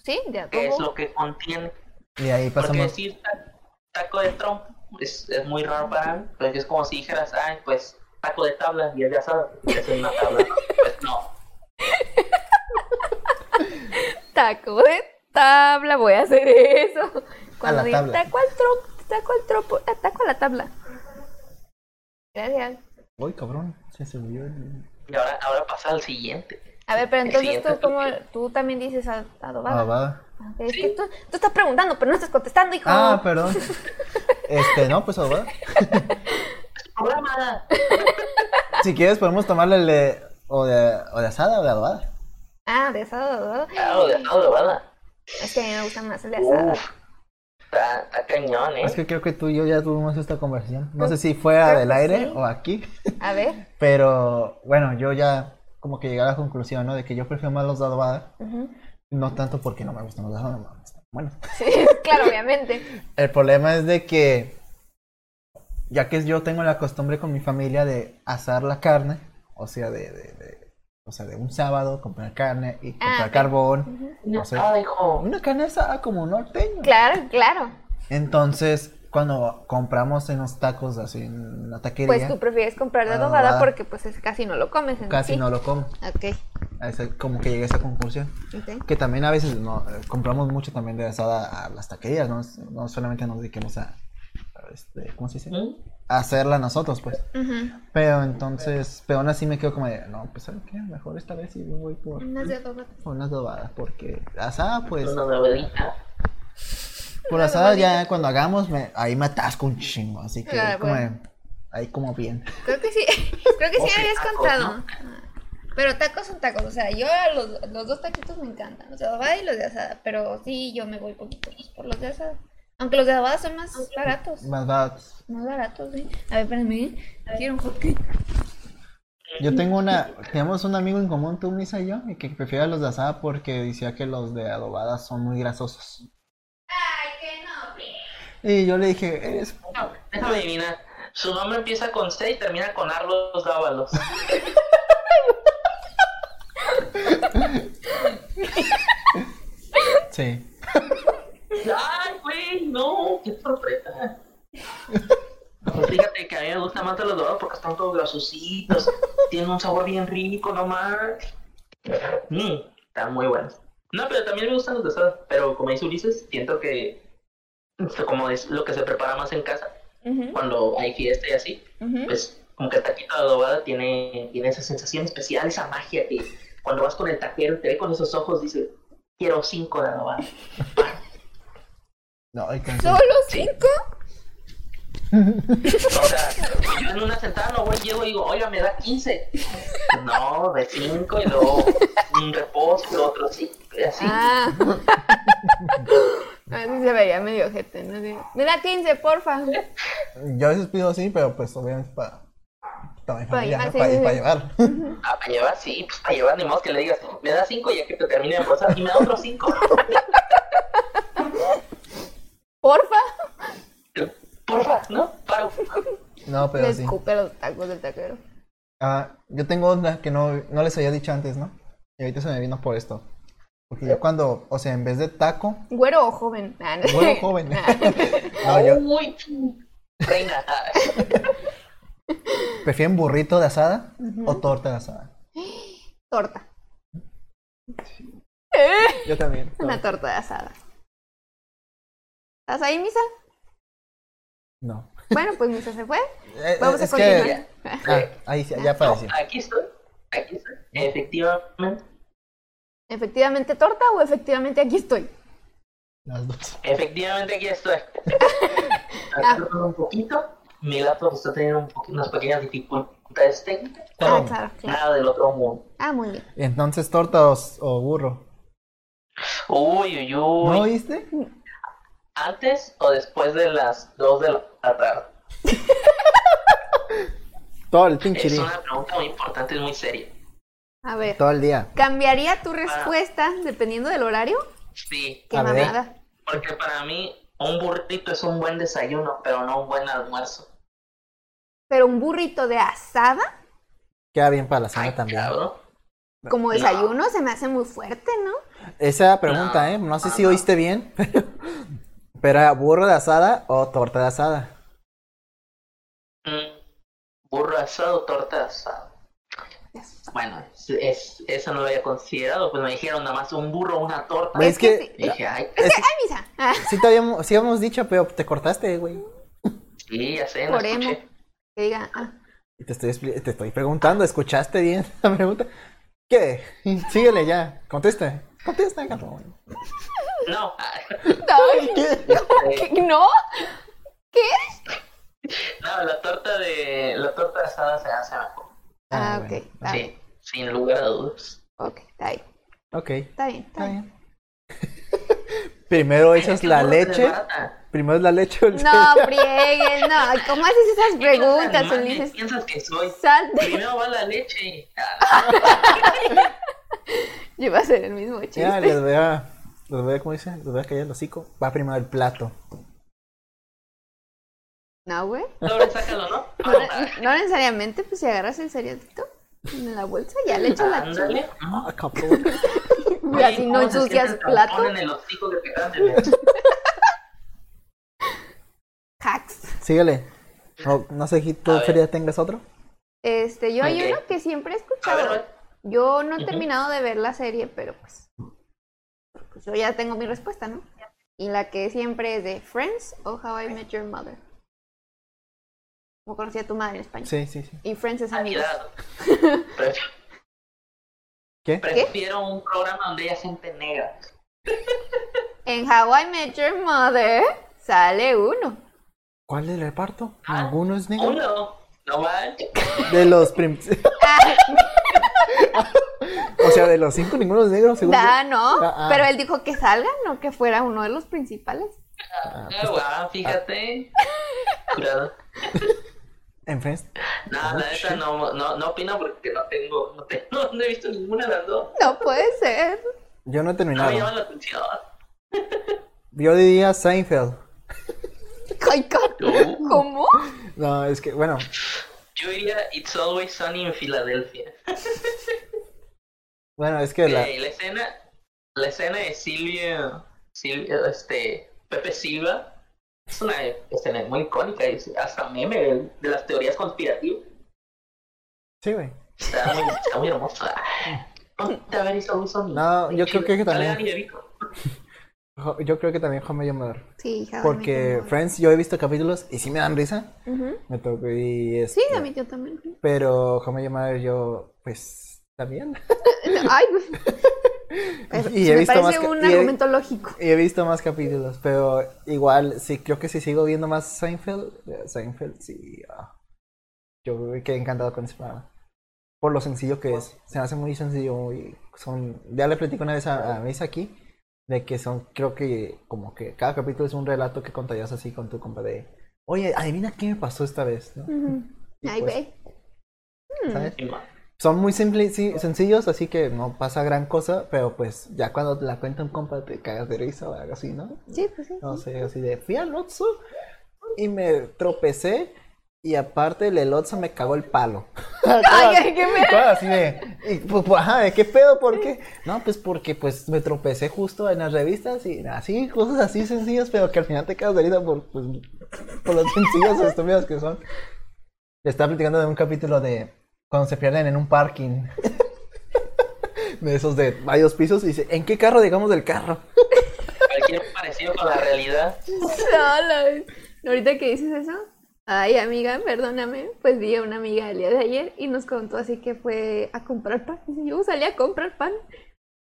Speaker 2: Sí, de
Speaker 3: qué es
Speaker 2: adobo.
Speaker 3: lo que contiene.
Speaker 1: Y ahí
Speaker 3: Porque
Speaker 1: pasamos.
Speaker 3: decir ta- taco de trompo es, es muy raro para mí, porque es como si dijeras, ay, pues taco de tabla y es de asado, y es una
Speaker 2: (laughs)
Speaker 3: tabla. Pues no,
Speaker 2: Taco de tabla, voy a hacer eso. Cuando
Speaker 1: la
Speaker 2: digo,
Speaker 1: tabla.
Speaker 2: taco al tropo, taco al tropo, ah, taco a la tabla. Gracias.
Speaker 1: Uy, cabrón, se subió el.
Speaker 3: y ahora, ahora pasa al siguiente.
Speaker 2: A ver, pero
Speaker 3: El
Speaker 2: entonces
Speaker 3: siguiente
Speaker 2: tú,
Speaker 3: es
Speaker 2: como,
Speaker 3: tuyo.
Speaker 2: tú también dices a- adobada.
Speaker 1: Adobada.
Speaker 2: Ah, ok, es que tú, tú estás preguntando, pero no estás contestando, hijo.
Speaker 1: Ah,
Speaker 2: (laughs)
Speaker 1: perdón. Este, no, pues adobada.
Speaker 3: Programada.
Speaker 1: Si quieres, podemos tomarle el de. O de, o de asada o de adobada.
Speaker 2: Ah, de asado, adobado.
Speaker 3: Claro, de asado adobada.
Speaker 2: Es que a mí me gusta más el de asado.
Speaker 3: Uf, está, está cañón, ¿eh?
Speaker 1: Es que creo que tú y yo ya tuvimos esta conversación. No sé si
Speaker 2: Creo
Speaker 1: fuera del
Speaker 2: que
Speaker 1: aire
Speaker 2: sí.
Speaker 1: o aquí.
Speaker 2: A ver.
Speaker 1: Pero bueno, yo ya como que llegué a la conclusión, ¿no? De que yo prefiero más los de adobada.
Speaker 2: Ujú.
Speaker 1: No tanto porque no me gustan los de adobada. no, están buenos.
Speaker 2: Sí, (laughs) claro, obviamente.
Speaker 1: El problema es de que, ya que yo tengo la costumbre con mi familia de asar la carne, o sea, de, de- de- o sea, de un sábado comprar carne y comprar
Speaker 2: Ah, ok.
Speaker 1: carbón,
Speaker 3: No,
Speaker 1: o sea,
Speaker 3: Ah, hijo.
Speaker 1: una carne asada como norteño.
Speaker 2: Claro, claro.
Speaker 1: Entonces, cuando compramos en los tacos así en una
Speaker 2: Pues
Speaker 1: taquería,
Speaker 2: tú prefieres comprar de
Speaker 1: Adobada.
Speaker 2: adobada porque pues es- casi no lo comes. en
Speaker 1: casi
Speaker 2: sí.
Speaker 1: no lo como.
Speaker 2: Ok,
Speaker 1: A ese- como que llegué a esa conclusión.
Speaker 2: ok.
Speaker 1: Que también a veces no, eh, compramos mucho también de asada a las taquerías, no, no solamente nos dediquemos a, a este, ¿cómo se dice?
Speaker 3: ¿Mm?
Speaker 1: A hacerla nosotros, pues.
Speaker 2: Ujú.
Speaker 1: Pero entonces, pero aún así me quedo como de, no, pues ¿sabes qué? Mejor esta vez sí voy por
Speaker 2: Unas de adobada.
Speaker 1: por unas dobadas, porque asada, pues,
Speaker 3: Una dobadita.
Speaker 1: por asada ya cuando hagamos, me- ahí me atasco un chingo, así que
Speaker 2: Ah,
Speaker 1: como
Speaker 2: bueno.
Speaker 1: de- ahí como bien.
Speaker 2: Creo que sí, (laughs) creo que
Speaker 3: O
Speaker 2: sí
Speaker 3: sea,
Speaker 2: me habías
Speaker 3: tacos,
Speaker 2: contado. Ah,
Speaker 3: ¿no?
Speaker 2: Pero tacos son tacos, o sea, yo a los, los dos taquitos me encantan, los de adobada y los de asada, pero sí, yo me voy poquito más por los de asada. Aunque los de adobada son más baratos,
Speaker 1: Más baratos.
Speaker 2: más baratos, ¿eh? A ver, espérame, ¿eh? quiero un hot
Speaker 1: Yo tengo una, tenemos un amigo en común, tú, Misa y yo, y que prefiere los de asada porque decía que los de adobadas son muy grasosos.
Speaker 2: Ay, que no,
Speaker 1: Y yo le dije, eres
Speaker 3: No, Déjame adivinar. Su nombre empieza con C y termina con Arlos Dávalos.
Speaker 1: Sí.
Speaker 3: ¡Ay, güey! ¡No! ¡Qué sorpresa! Pues fíjate que a mí me gustan más los dorados porque están todos grasositos. Tienen un sabor bien rico nomás. Mmm, están muy buenos. No, pero también me gustan los de asada. Pero como dice Ulises, siento que esto como es lo que se prepara más en casa cuando hay fiesta y así. pues como que el taquito de adobada tiene, tiene esa sensación especial, esa magia que cuando vas con el taquero y te ve con esos ojos, dice, quiero cinco de adobada.
Speaker 1: No, alcancé.
Speaker 2: ¿Solo cinco?
Speaker 3: O sea, yo en una sentada no voy, llego y digo, oiga, me da 15. No, de 5 y luego un reposo, y luego otro sí, así.
Speaker 2: Ah. (laughs) A veces se veía medio gente, ¿no? De, Me da 15, porfa.
Speaker 1: Yo a veces pido así, pero pues obviamente para, para mi
Speaker 2: Para
Speaker 1: familia, ¿no?
Speaker 2: llevar,
Speaker 1: para,
Speaker 2: sí, sí, sí.
Speaker 1: para llevar. (laughs)
Speaker 3: Ah, para llevar, sí, pues para llevar, ni modo que le digas, me da 5 y ya que te termine de pasar, y me da otro 5.
Speaker 2: Porfa.
Speaker 3: Porfa, ¿no? Pago.
Speaker 1: No,
Speaker 2: Le
Speaker 1: pero sí.
Speaker 2: escupe los tacos del taquero.
Speaker 1: Ah, yo tengo otra que no, no les había dicho antes, ¿no? Y ahorita se me vino por esto. Porque yo cuando, o sea, en vez de taco,
Speaker 2: Güero o joven. Nah, no. Ah,
Speaker 1: Güero
Speaker 2: (laughs)
Speaker 1: joven.
Speaker 2: Nah.
Speaker 1: no, yo
Speaker 3: Uy, ching. reina. Ah,
Speaker 1: prefiero un burrito de asada o torta de asada.
Speaker 2: Torta. Eh,
Speaker 1: Yo también.
Speaker 2: Una torta de asada. ¿Estás ahí, Misa?
Speaker 1: No.
Speaker 2: Bueno, pues Misa
Speaker 1: (laughs)
Speaker 2: se fue.
Speaker 1: Eh,
Speaker 2: Vamos
Speaker 1: eh,
Speaker 2: a
Speaker 1: es que-
Speaker 2: continuar.
Speaker 1: Ah, ahí sí, ya para decir.
Speaker 3: Aquí estoy, aquí estoy. Efectivamente,
Speaker 2: ¿Efectivamente torta o efectivamente aquí estoy?
Speaker 1: Las dos.
Speaker 3: efectivamente aquí estoy. Tardaron un poquito, mi laptop está teniendo un poqu- unas pequeñas dificultades técnicas,
Speaker 2: Ah,
Speaker 1: Claro.
Speaker 2: claro, claro.
Speaker 3: nada del otro mundo.
Speaker 2: Ah, muy bien.
Speaker 1: Entonces, torta o, o burro.
Speaker 3: Uy, uy, uy.
Speaker 1: ¿No viste?
Speaker 3: ¿Antes o después de las 2 de la tarde?
Speaker 1: Todo el
Speaker 3: Es
Speaker 1: pinche día.
Speaker 3: una pregunta muy importante y muy seria.
Speaker 2: A ver.
Speaker 1: Todo el día.
Speaker 2: ¿Cambiaría tu respuesta dependiendo del horario?
Speaker 3: Sí,
Speaker 2: Qué
Speaker 1: A ver.
Speaker 2: mamada.
Speaker 3: porque para mí un burrito es un buen desayuno, pero no un buen almuerzo.
Speaker 2: Pero un burrito de asada
Speaker 1: Queda bien para la
Speaker 3: Ay,
Speaker 1: cena Ah, también.
Speaker 3: cabrón.
Speaker 2: como
Speaker 1: Ah,
Speaker 3: No.
Speaker 2: desayuno se me hace muy fuerte, ¿no?
Speaker 1: Esa pregunta, ¿eh? No sé si oíste bien. (laughs) Pero era burro de asada o torta de asada.
Speaker 3: Mm, burro asado, torta asada. Bueno, es, es- eso no lo había considerado, pues me dijeron nada más un burro, una torta.
Speaker 1: Güey, es
Speaker 2: que
Speaker 1: que.
Speaker 3: Y dije, ay,
Speaker 1: es-
Speaker 2: ¡Ay, misa! Ah,
Speaker 1: sí, te habíamos, sí habíamos dicho, pero te cortaste, güey.
Speaker 3: sí, ya sé, no
Speaker 2: por emo.
Speaker 3: escuché.
Speaker 2: Que diga, ah,
Speaker 3: (laughs)
Speaker 1: Y Te estoy, expli- te estoy preguntando, ¿escuchaste bien (laughs) la pregunta? ¿Qué? Síguele ya. Contesta. Contesta, cabrón.
Speaker 2: (laughs)
Speaker 3: No,
Speaker 2: Ah. ¡ay!
Speaker 1: ¿Qué?
Speaker 3: eh,
Speaker 2: ¿qué- ¿No?
Speaker 3: (laughs) no, la torta de la torta asada se hace mejor.
Speaker 2: Ah,
Speaker 1: bueno.
Speaker 2: ok. Está bien.
Speaker 3: Sí, sin lugar a dudas.
Speaker 2: Ok, está bien.
Speaker 1: Ok,
Speaker 2: Está bien, está
Speaker 1: está
Speaker 2: bien.
Speaker 1: bien. (laughs) Primero echas
Speaker 3: Es que
Speaker 1: la
Speaker 3: burro es
Speaker 1: leche.
Speaker 3: barata.
Speaker 1: Primero es la leche. o el-
Speaker 2: No, friegues, no. ¿Cómo haces esas preguntas,
Speaker 3: Animal, ¿qué
Speaker 2: Ulises?
Speaker 3: piensas que
Speaker 2: (laughs)
Speaker 3: soy?
Speaker 2: Salte.
Speaker 3: Primero va la leche. Ah,
Speaker 2: Yo iba a hacer el mismo
Speaker 1: (laughs)
Speaker 2: chiste.
Speaker 1: Ya, les voy a. Les voy a, ¿cómo dice? Les voy a callar el hocico. Va primero el plato.
Speaker 2: No, güey.
Speaker 3: sobre, sácalo,
Speaker 2: (laughs)
Speaker 3: ¿no? Ah,
Speaker 2: No, ne- no necesariamente, pues si agarras el cerealito en la bolsa, ya le echas la chile.
Speaker 3: Ándale. Mm.
Speaker 1: Ah, cabrón.
Speaker 2: Y así no
Speaker 3: ¿Cómo se siente
Speaker 2: ensucias
Speaker 3: el
Speaker 2: plato.
Speaker 3: tampón en el hocico que te acaban de
Speaker 2: (laughs)
Speaker 3: meter?
Speaker 2: Hacks.
Speaker 1: Síguele. No, no sé si tú
Speaker 3: A ver.
Speaker 1: Frida tengas otro.
Speaker 2: Este, yo hay
Speaker 3: Ok.
Speaker 2: uno que siempre he
Speaker 3: A ver, a
Speaker 2: escuchado.
Speaker 3: ver.
Speaker 2: Yo no he
Speaker 3: Ujú.
Speaker 2: terminado de ver la serie, pero pues, pues yo ya tengo mi respuesta, ¿no? Y la que siempre es de Friends o How I Met Your Mother. Como conocí a tu madre en español.
Speaker 1: Sí, sí, sí.
Speaker 2: Y Friends es amigos. (laughs)
Speaker 3: Sanidad. Pref-
Speaker 1: ¿Qué?
Speaker 3: Prefiero un programa donde haya gente negra.
Speaker 2: En How I Met Your Mother sale uno.
Speaker 1: ¿Cuál del reparto?
Speaker 3: Ah,
Speaker 1: Ninguno es negro.
Speaker 3: Uno, no manches.
Speaker 1: De los prim... (laughs) o sea, de los cinco ninguno es negro, (laughs) según. yo.
Speaker 2: Da, no.
Speaker 1: Ah, ah.
Speaker 2: Pero él dijo que salgan, no que fuera uno de los principales.
Speaker 1: Ah,
Speaker 3: Ah, guau, fíjate. Curado.
Speaker 1: En Friends.
Speaker 3: No, la neta no, no, no opino porque no tengo, no tengo, (laughs) no he visto ninguna de las dos.
Speaker 2: No puede ser.
Speaker 1: Yo no he
Speaker 3: No me llama
Speaker 1: terminado.
Speaker 3: la atención.
Speaker 1: Yo diría Seinfeld.
Speaker 2: Ay, ca-
Speaker 3: Uh,
Speaker 1: Oh.
Speaker 2: ¿Cómo?
Speaker 1: No, es que, bueno,
Speaker 3: yo diría It's Always Sunny en Filadelfia.
Speaker 1: bueno, es que la.
Speaker 3: Eh, la escena, la escena de Silvia, Silvia, este, Pepe Silva, es una escena muy icónica, es hasta meme de, de las teorías conspirativas.
Speaker 1: Sí, güey.
Speaker 3: Está muy, está muy
Speaker 1: (laughs)
Speaker 3: hermosa. Ponte a ver esa luz Sony.
Speaker 1: No, yo creo
Speaker 3: Dale,
Speaker 1: que también-
Speaker 3: Dani DeVito.
Speaker 1: Jo- Yo creo que también Home Your Mother.
Speaker 2: Sí, How I Met
Speaker 1: Porque
Speaker 2: Your Mother.
Speaker 1: Friends, yo he visto capítulos y sí me dan risa.
Speaker 2: Ujú.
Speaker 1: Me tocó y es.
Speaker 2: Sí, a mí yo también.
Speaker 1: Pero Home Your Mother, yo, pues, también.
Speaker 2: Ay, güey. Pero
Speaker 1: (laughs) Y he
Speaker 2: Pues, me
Speaker 1: visto
Speaker 2: parece
Speaker 1: más que-
Speaker 2: un
Speaker 1: y he-
Speaker 2: argumento lógico.
Speaker 1: Y he visto más capítulos, pero igual, sí, creo que si sigo viendo más Seinfeld, eh, Seinfeld, sí. ah. yo me quedé encantado con ese programa. Por lo sencillo que es. Se me hace muy sencillo, muy. Son, ya le platico una vez a, a Misa aquí, de que son, creo que como que cada capítulo es un relato que contarías así con tu compa de. Oye, adivina qué me pasó esta vez, ¿no?
Speaker 2: Ujú.
Speaker 1: Y
Speaker 2: Ay,
Speaker 1: pues,
Speaker 2: güey.
Speaker 1: ¿sabes?
Speaker 3: Simón.
Speaker 1: Son muy simples, sí, sencillos, así que no pasa gran cosa, pero pues ya cuando te la cuenta un compa te cagas de risa o algo así, ¿no?
Speaker 2: Sí, pues sí.
Speaker 1: No sé, así de fui al Otso y me tropecé y aparte el Otso me cagó el palo. (laughs)
Speaker 2: Ay, qué me...
Speaker 1: Todo así de, y, pues, pues, ajá, ¿de qué pedo? ¿Por qué? No, pues porque pues me tropecé justo en las revistas y así, cosas así sencillas, pero que al final te quedas de risa por, pues, por los sencillos o estúpidos que son. Le estaba platicando de un capítulo de cuando se pierden en un parking. (laughs) De esos de varios pisos y dice, ¿en qué carro llegamos del carro?
Speaker 3: Cualquier parecido con la realidad.
Speaker 2: No, la- Ahorita que dices eso, ay amiga, perdóname, pues vi a una amiga el día de ayer y nos contó así que fue a comprar pan. Dice, yo salí a comprar pan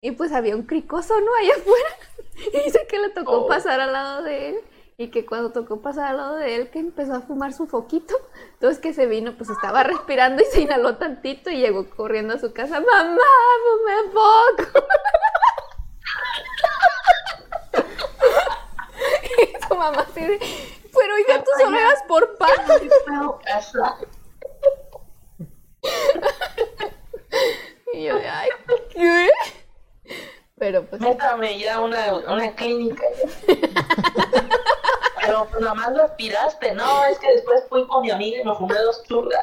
Speaker 2: y pues había un cricoso, ¿no? Allá afuera. (laughs) Y dice que le tocó
Speaker 3: Oh.
Speaker 2: pasar al lado de él y que cuando tocó pasar al lado de él que empezó a fumar su foquito. Entonces que se vino, pues estaba respirando y se inhaló tantito y llegó corriendo a su casa, mamá, fumé foco. Y su mamá así de, pero oiga, tú solo eras
Speaker 3: (laughs)
Speaker 2: por pan.
Speaker 3: Casa.
Speaker 2: Y yo, ay, ¿qué? Pero pues,
Speaker 3: Métame ya a una, a una clínica. Pero pues nada más lo aspiraste, no, es que después fui con mi amiga y me fumé dos churras.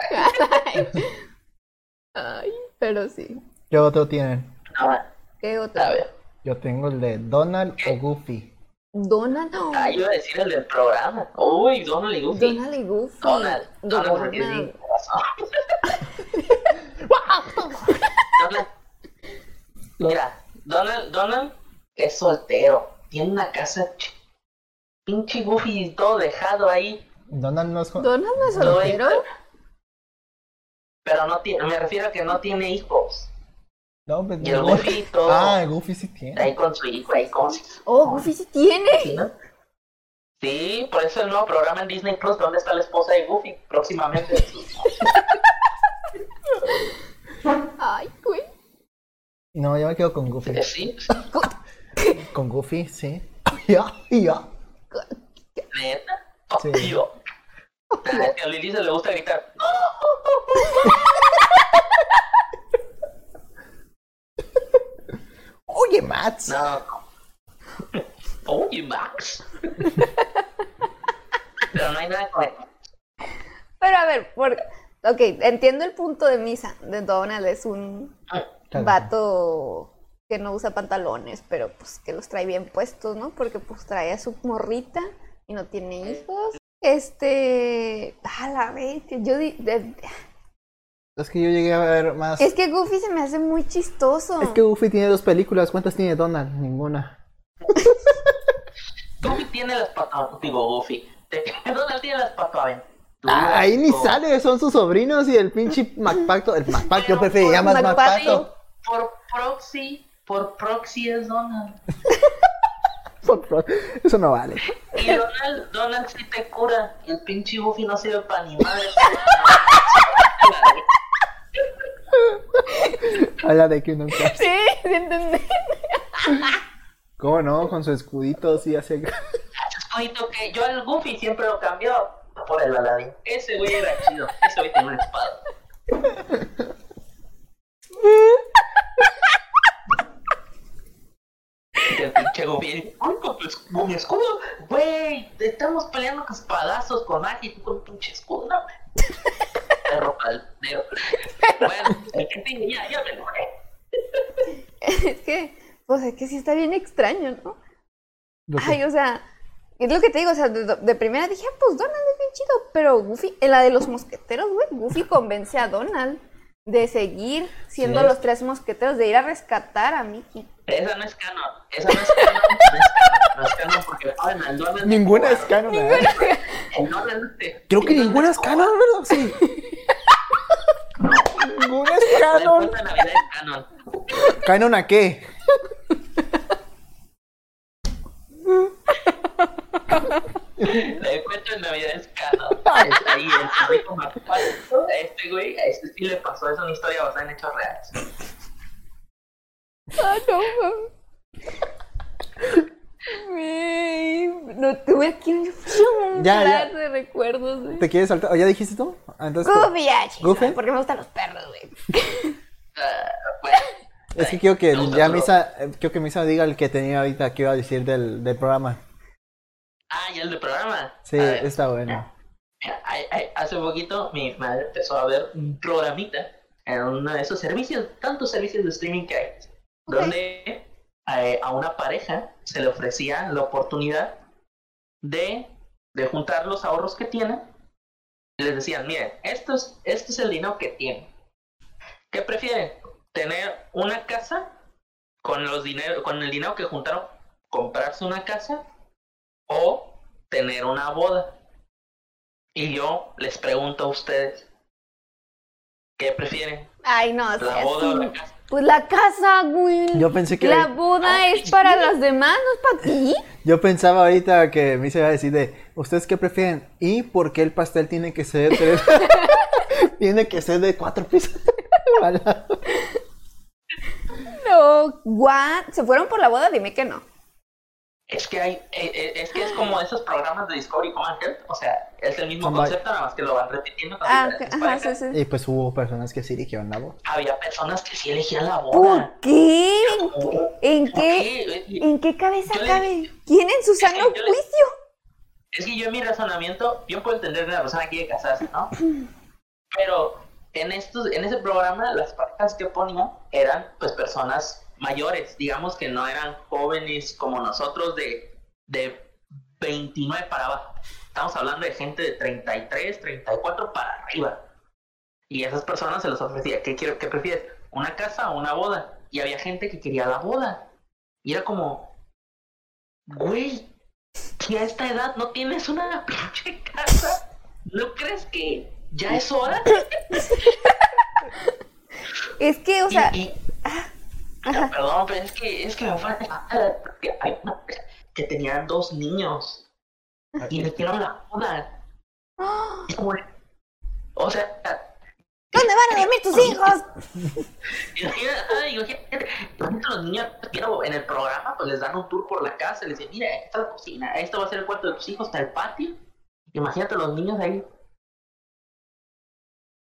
Speaker 2: ay, pero sí.
Speaker 1: ¿Qué otro tienen?
Speaker 3: No, a
Speaker 2: ¿Qué otra?
Speaker 3: ver,
Speaker 1: Yo tengo el de Donald o Goofy.
Speaker 2: Donald. no.
Speaker 3: ah, yo iba a decir el del programa. Uy, Donald y Goofy.
Speaker 2: Donald y Goofy.
Speaker 3: Donald, Donald, porque sí,
Speaker 2: Donald.
Speaker 3: con razón.
Speaker 1: (laughs)
Speaker 3: Donald. Mira, Donald, Donald es soltero, tiene una casa ch- pinche Goofy y todo dejado ahí.
Speaker 1: Donald no es jo-
Speaker 2: Donald no es
Speaker 3: Lo
Speaker 2: soltero.
Speaker 3: encuentra. Pero no tiene, me refiero a que no tiene hijos.
Speaker 1: No, pues,
Speaker 3: Y el
Speaker 1: no.
Speaker 3: Goofy todo
Speaker 1: Ah, el Goofy sí tiene.
Speaker 3: ahí con su hijo, ahí con su
Speaker 2: Oh, Goofy sí tiene.
Speaker 3: ¿no? Sí, por eso el nuevo programa en Disney Plus, ¿dónde está la esposa de Goofy? Próximamente.
Speaker 2: Ay, güey.
Speaker 1: No, yo me quedo con Goofy.
Speaker 3: Sí,
Speaker 1: Con Goofy, sí. (laughs) Ya, ya.
Speaker 3: neta.
Speaker 1: Sí.
Speaker 3: Tío. Ah, es que a Lili se le gusta gritar.
Speaker 1: Oye, Mats.
Speaker 3: No. Oye, Max. Pero no hay nada con él.
Speaker 2: Pero a ver, por... ok, entiendo el punto de misa de Donald. Es un
Speaker 1: Claro.
Speaker 2: vato que no usa pantalones, pero pues que los trae bien puestos, ¿no? Porque pues trae a su morrita y no tiene hijos. Este, a la bestia, yo di- de-
Speaker 1: Es que yo llegué a ver más.
Speaker 2: es que Goofy se me hace muy chistoso.
Speaker 1: Es que Goofy tiene dos películas. ¿Cuántas tiene Donald? Ninguna.
Speaker 3: Goofy tiene las patas. Digo, Goofy. Donald tiene las patas. Ah,
Speaker 1: Ah, Ahí ni sale, son sus sobrinos y el pinche MacPacto. El MacPac, yo
Speaker 3: Pero
Speaker 1: preferiría
Speaker 3: por
Speaker 1: más
Speaker 2: MacPacto.
Speaker 1: MacPacto.
Speaker 3: Por proxy, por proxy es Donald.
Speaker 1: Por favor, Eso no vale.
Speaker 3: Y Donald, Donald sí te cura. El pinche Goofy no sirve para ni
Speaker 1: (laughs)
Speaker 3: madre.
Speaker 1: Habla de Kingdom Hearts.
Speaker 2: Sí, sí (laughs) entendí.
Speaker 1: ¿Cómo no? Con su escudito así hace.
Speaker 3: Oito que yo el Goofy siempre lo cambió por el Aladdin. Ese güey era chido. Ese güey tenía una espada. Y el pinche Goofy. "Ay, con tu esc- con mi escudo. Güey, te estamos peleando con espadazos, con magia y tú con un pinche escudo. No, güey. Perro paldero. Bueno, el que tenga ya, ya me enojé.
Speaker 2: Es que, o sea, que sí está bien extraño, ¿no?
Speaker 1: Lo que-
Speaker 2: Ay, o sea, es lo que te digo, o sea, de, de primera dije, ah, pues Donald es bien chido, pero Goofy, en la de los mosqueteros, güey, Goofy convence a Donald de seguir siendo
Speaker 1: Sí.
Speaker 2: los tres mosqueteros, de ir a rescatar a Mickey.
Speaker 3: Esa no es canon. Esa no es canon. No es canon, no es canon porque joder, al Donald.
Speaker 1: (laughs) Ninguna es canon, ¿eh? ¿verdad?
Speaker 3: El Donald te-
Speaker 1: Creo que
Speaker 3: el Donald
Speaker 1: ninguna es
Speaker 3: como-
Speaker 1: canon, ¿verdad? Sí. ninguna es
Speaker 3: El
Speaker 1: canon.
Speaker 3: cuento de Navidad es canon.
Speaker 1: ¿Canon a qué?
Speaker 3: es canon. Ahí el rico McFarlane, a este güey, a este sí le pasó, es una historia basada en hechos reales.
Speaker 2: Ah, no, mames. Güey, No tuve aquí un frío, un
Speaker 1: Ya, ya.
Speaker 2: flash de recuerdos, güey.
Speaker 1: ¿Te quieres saltar? ¿O ya dijiste tú? Ah, Entonces,
Speaker 2: Goofy, ah, chingada,
Speaker 1: ¿Goofy?
Speaker 2: porque me gustan los perros, güey.
Speaker 3: Ah, bueno.
Speaker 1: es que quiero que
Speaker 3: Me gusta,
Speaker 1: ya
Speaker 3: pero-
Speaker 1: Misa, eh, quiero que Misa diga el que tenía ahorita que iba a decir del, del programa.
Speaker 3: Ah, ya el de programa.
Speaker 1: Sí,
Speaker 3: A ver,
Speaker 1: está bueno.
Speaker 3: mira, ay, ay, hace poquito mi madre empezó a ver un programita en uno de esos servicios, tantos servicios de streaming que hay,
Speaker 2: Ok.
Speaker 3: donde eh, a una pareja se le ofrecía la oportunidad de, de juntar los ahorros que tienen y les decían, miren, esto es, esto es el dinero que tienen. ¿Qué prefieren? ¿Tener una casa con, los dinero, con el dinero que juntaron, comprarse una casa o tener una boda? Y yo les pregunto a ustedes, ¿qué prefieren?
Speaker 2: Ay, no, o
Speaker 3: ¿La
Speaker 2: sea,
Speaker 3: boda o
Speaker 2: sí.
Speaker 3: la casa?
Speaker 2: Pues la casa, güey.
Speaker 1: Yo pensé que
Speaker 2: La boda
Speaker 3: Ay,
Speaker 2: es para las demás, no es para ti.
Speaker 1: yo pensaba ahorita que Misa iba a decir de ustedes qué prefieren y por qué el pastel tiene que ser tres- (laughs) tiene que ser de cuatro pisos. (laughs) Vale.
Speaker 2: No, what? ¿Se fueron por la boda? Dime que no.
Speaker 3: Es que hay, eh, eh, es que es como esos programas de Discovery Command Health, o sea, es el mismo
Speaker 1: Son
Speaker 3: concepto, nada más que lo van repitiendo con
Speaker 2: Ah, ok,
Speaker 3: diferentes
Speaker 2: ajá, sí,
Speaker 3: parejas.
Speaker 2: sí.
Speaker 1: y pues hubo personas que sí dijeron la voz.
Speaker 3: Había personas que sí elegían la boda.
Speaker 2: ¿Por qué? ¿En
Speaker 3: ¿Por
Speaker 2: qué?
Speaker 3: qué?
Speaker 2: ¿En qué cabeza
Speaker 3: Yo le-
Speaker 2: cabe? ¿Quién en su sano
Speaker 3: yo le-
Speaker 2: juicio?
Speaker 3: Es que yo en mi razonamiento, yo puedo entender que una persona quiere casarse, ¿no? Pero en estos, en ese programa, las parejas que ponían eran pues personas mayores, digamos que no eran jóvenes como nosotros de, de 29 para abajo. Estamos hablando de gente de 33, 34 para arriba. Y a esas personas se les ofrecía, ¿qué, quiero, qué prefieres? ¿Una casa o una boda? Y había gente que quería la boda. Y era como, güey, si a esta edad no tienes una (laughs) pinche casa, ¿no crees que ya es hora?
Speaker 2: Es que, o sea, ah,
Speaker 3: Y- y- perdón, pero es que, es que me fue porque hay una que tenían dos niños y le hicieron la boda.
Speaker 2: ¡ah!
Speaker 3: Es como, O sea,
Speaker 2: ¿dónde van a dormir tus hijos?
Speaker 3: imagínate, imagínate, imagínate los niños pero en el programa, pues les dan un tour por la casa, les dicen, mira, esta está la cocina, esto va a ser el cuarto de tus hijos, está el patio. Imagínate los niños ahí.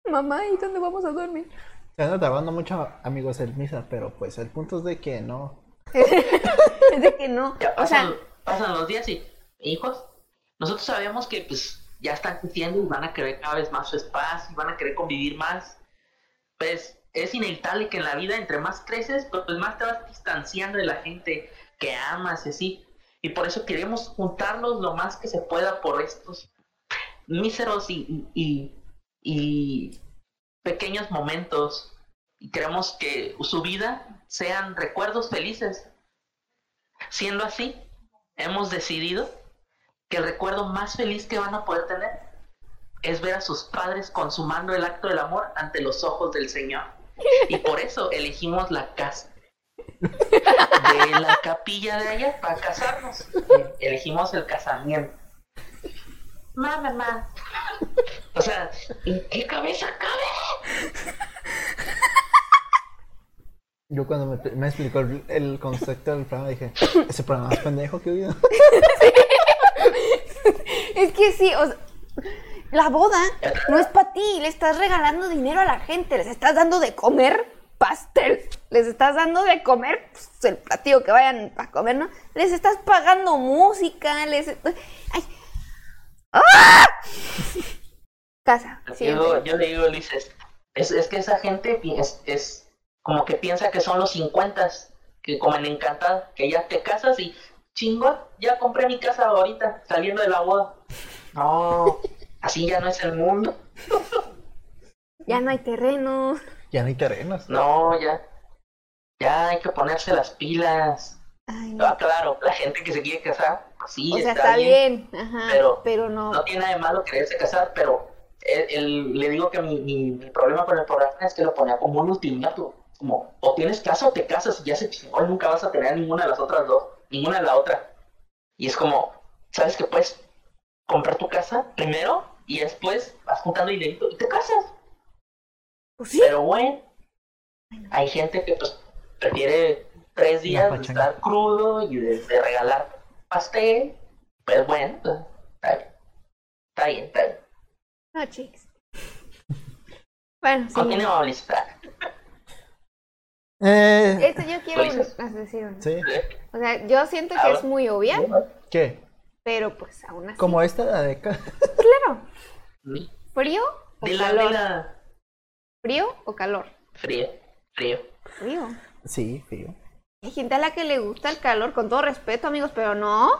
Speaker 2: Mamá, ¿y dónde vamos
Speaker 3: (laughs)
Speaker 2: a dormir?
Speaker 1: Se anda trabando mucho, amigos, el Misa, pero pues el punto es de que no.
Speaker 2: Es de que no.
Speaker 3: Ya
Speaker 2: O
Speaker 3: pasan,
Speaker 2: sea,
Speaker 3: pasan los días y, hijos, nosotros sabíamos que pues ya están creciendo y van a querer cada vez más su espacio, y van a querer convivir más. Pues es inevitable que en la vida, entre más creces, pues, pues, más te vas distanciando de la gente que amas y así. Y por eso queremos juntarnos lo más que se pueda por estos míseros y, y, y- y pequeños momentos. Y queremos que su vida sean recuerdos felices. Siendo así, hemos decidido que el recuerdo más feliz que van a poder tener es ver a sus padres consumando el acto del amor ante los ojos del Señor. Y por eso elegimos la casa. De la capilla de allá para casarnos. Elegimos el casamiento. Ma, mamá. O sea, ¿en qué cabeza cabe?
Speaker 1: Yo cuando me, me explicó el, el concepto del programa dije, ese programa es pendejo que hubiera.
Speaker 2: es que sí, o sea, la boda no es para ti. Le estás regalando dinero a la gente. Les estás dando de comer pastel. Les estás dando de comer pues, el platillo que vayan a comer, ¿no? Les estás pagando música. Les. ¡Ay! ¡Ah! Casa.
Speaker 3: yo,
Speaker 2: siempre.
Speaker 3: yo le digo, Luis, es, es, es que esa gente pi- es, es como que piensa que son los 50 que como en encantada, que ya te casas y chingón, ya compré mi casa ahorita, saliendo de la boda. No, así ya no es el mundo.
Speaker 2: Ya no hay terreno.
Speaker 1: (laughs) Ya no hay terrenos.
Speaker 3: No, ya. Ya hay que ponerse las pilas.
Speaker 2: Ay, no.
Speaker 3: Ah, claro, la gente que se quiere casar, pues sí,
Speaker 2: o sea,
Speaker 3: está,
Speaker 2: está
Speaker 3: bien.
Speaker 2: bien, ajá, pero,
Speaker 3: pero
Speaker 2: no.
Speaker 3: No tiene nada de malo quererse casar, pero el- el- le digo que mi, mi- mi problema con el programa es que lo ponía como un ultimátum. Como, o tienes casa o te casas y ya se chingó y nunca vas a tener ninguna de las otras dos, ninguna de la otra. Y es como, ¿sabes qué? Pues, comprar tu casa primero y después vas juntando dinerito y te casas.
Speaker 2: Pues sí.
Speaker 3: Pero bueno, hay gente que pues prefiere tres días de
Speaker 1: pachanga.
Speaker 3: estar crudo y de, de regalar pastel. Pues bueno, pues, está bien. Está bien, está bien.
Speaker 2: No, chicos. Bueno, sí.
Speaker 3: Continuamos, Lisa.
Speaker 1: Eh,
Speaker 2: Esto Este yo quiero decir una.
Speaker 1: ¿Sí?
Speaker 2: O sea, yo siento que
Speaker 3: Ahora.
Speaker 2: es muy obvia,
Speaker 1: ¿Qué?
Speaker 2: pero pues aún así.
Speaker 1: Como esta la de ca-
Speaker 2: Claro.
Speaker 3: Dila,
Speaker 2: ¿Frío o calor?
Speaker 3: dila.
Speaker 2: ¿Frío o calor?
Speaker 3: Frío, frío.
Speaker 2: Frío.
Speaker 1: Sí, frío.
Speaker 2: Hay gente a la que le gusta el calor, con todo respeto, amigos, pero no.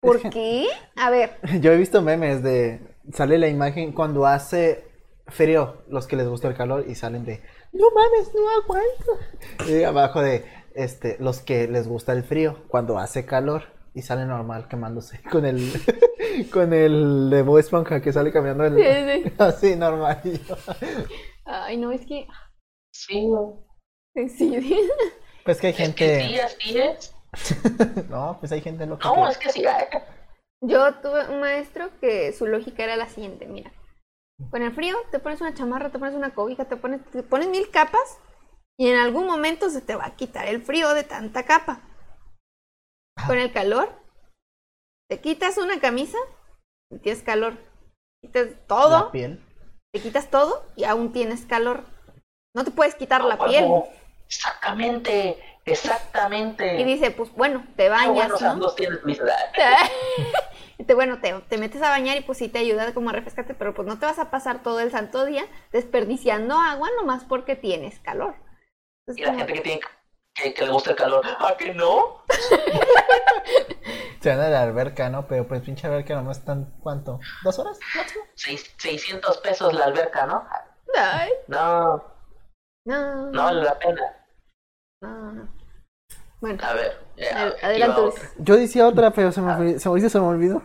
Speaker 2: ¿Por
Speaker 1: Es que-
Speaker 2: qué? A ver,
Speaker 1: Yo he visto memes de. Sale la imagen cuando hace frío, los que les gusta el calor, y salen de. No mames, no aguanto. Y abajo de. Este, los que les gusta el frío, cuando hace calor, y sale normal quemándose. Con el. (laughs) con el de Bob Esponja que sale caminando el-
Speaker 2: Sí, sí.
Speaker 1: (laughs) así, normal. Y yo,
Speaker 2: ay, no, es que.
Speaker 3: Sí, güey.
Speaker 2: Sí,
Speaker 1: Pues que hay
Speaker 3: es que sí,
Speaker 1: gente.
Speaker 3: así es.
Speaker 1: No, pues hay gente loca.
Speaker 3: No,
Speaker 1: que-
Speaker 3: es que sí. ay.
Speaker 2: Yo tuve un maestro que su lógica era la siguiente, mira. Con el frío te pones una chamarra, te pones una cobija, te pones, te pones mil capas y en algún momento se te va a quitar el frío de tanta capa. Con el calor, te quitas una camisa y tienes calor. Quitas
Speaker 1: La
Speaker 2: todo,
Speaker 1: piel.
Speaker 2: te quitas todo y aún tienes calor. No te puedes quitar la
Speaker 3: Huevo.
Speaker 2: piel.
Speaker 3: Exactamente, exactamente.
Speaker 2: Y dice, pues bueno, te
Speaker 3: Ah, bueno,
Speaker 2: bañas,
Speaker 3: o sea,
Speaker 2: ¿no?
Speaker 3: dos tienes, Luis, ¿verdad?
Speaker 2: (laughs) Y te- bueno, te, te metes a bañar y pues sí te ayuda como a refrescarte, pero pues no te vas a pasar todo el santo día desperdiciando agua nomás porque tienes calor.
Speaker 3: Y la
Speaker 2: Entonces, como-
Speaker 3: gente que tiene que, que le gusta el calor. ¿A que no?
Speaker 1: Se van a la alberca, ¿no? Pero pues pinche alberca nomás están. ¿Cuánto? ¿Dos horas? máximo?
Speaker 3: Seis- 600 pesos la alberca, ¿no?
Speaker 2: Ay,
Speaker 3: No,
Speaker 2: no,
Speaker 3: no vale la pena.
Speaker 2: no, no. Bueno,
Speaker 3: A ver. eh,
Speaker 2: ad-
Speaker 3: iba
Speaker 2: adelante.
Speaker 3: otra.
Speaker 2: Luis.
Speaker 1: Yo decía otra, pero se me olvidó. Se me, hizo, se me olvidó.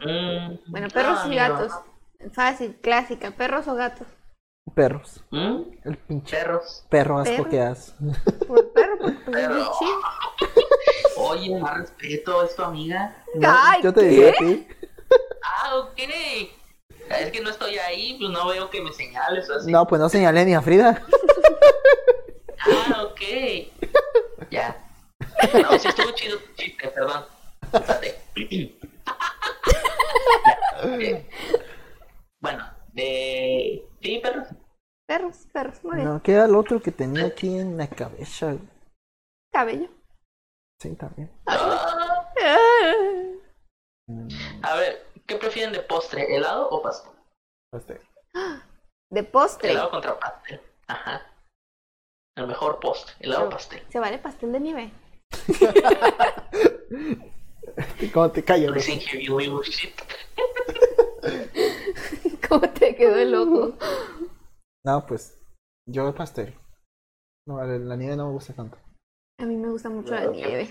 Speaker 3: Mm,
Speaker 2: Bueno, perros
Speaker 3: no,
Speaker 2: y
Speaker 3: amigo,
Speaker 2: gatos. Fácil, clásica, perros o gatos.
Speaker 1: Perros.
Speaker 3: no. Mm,
Speaker 1: El pinche
Speaker 3: Perros.
Speaker 1: perro asco
Speaker 2: Perro.
Speaker 1: que das.
Speaker 2: Por perro, porque pues, es
Speaker 3: Perro.
Speaker 2: bien chido.
Speaker 3: Oye, más respeto, es tu amiga.
Speaker 1: No,
Speaker 2: Ay,
Speaker 1: yo te
Speaker 2: ¿qué?
Speaker 1: digo a ti.
Speaker 3: Ah, ok. Es que no estoy ahí, pues no veo que me señales o así.
Speaker 1: No, pues no señalé ni a Frida.
Speaker 3: Ah, ok. Ya. No, sí estuvo chido tu chiste, perdón. Espérate. (clears throat) Ya, eh. Bueno, eh, sí, perros.
Speaker 2: Perros, perros, muy bien.
Speaker 1: No, queda el otro que tenía aquí en la cabeza. güey.
Speaker 3: (laughs)
Speaker 2: Cabello.
Speaker 1: Sí, también.
Speaker 3: Ah,
Speaker 2: Ah.
Speaker 3: a ver, ¿qué prefieren de postre? ¿Helado o pastel?
Speaker 1: Este,
Speaker 2: De postre.
Speaker 3: Helado contra pastel. Ajá. El mejor postre, helado o pastel.
Speaker 2: Se vale pastel de nieve. (laughs)
Speaker 1: ¿Cómo te callas? güey?
Speaker 3: Listen here, you little shit.
Speaker 2: ¿Cómo te quedó
Speaker 3: (laughs)
Speaker 2: el ojo?
Speaker 1: No, pues yo el pastel. No, la la nieve no me gusta tanto.
Speaker 2: A mí me gusta mucho
Speaker 3: (laughs)
Speaker 2: la nieve.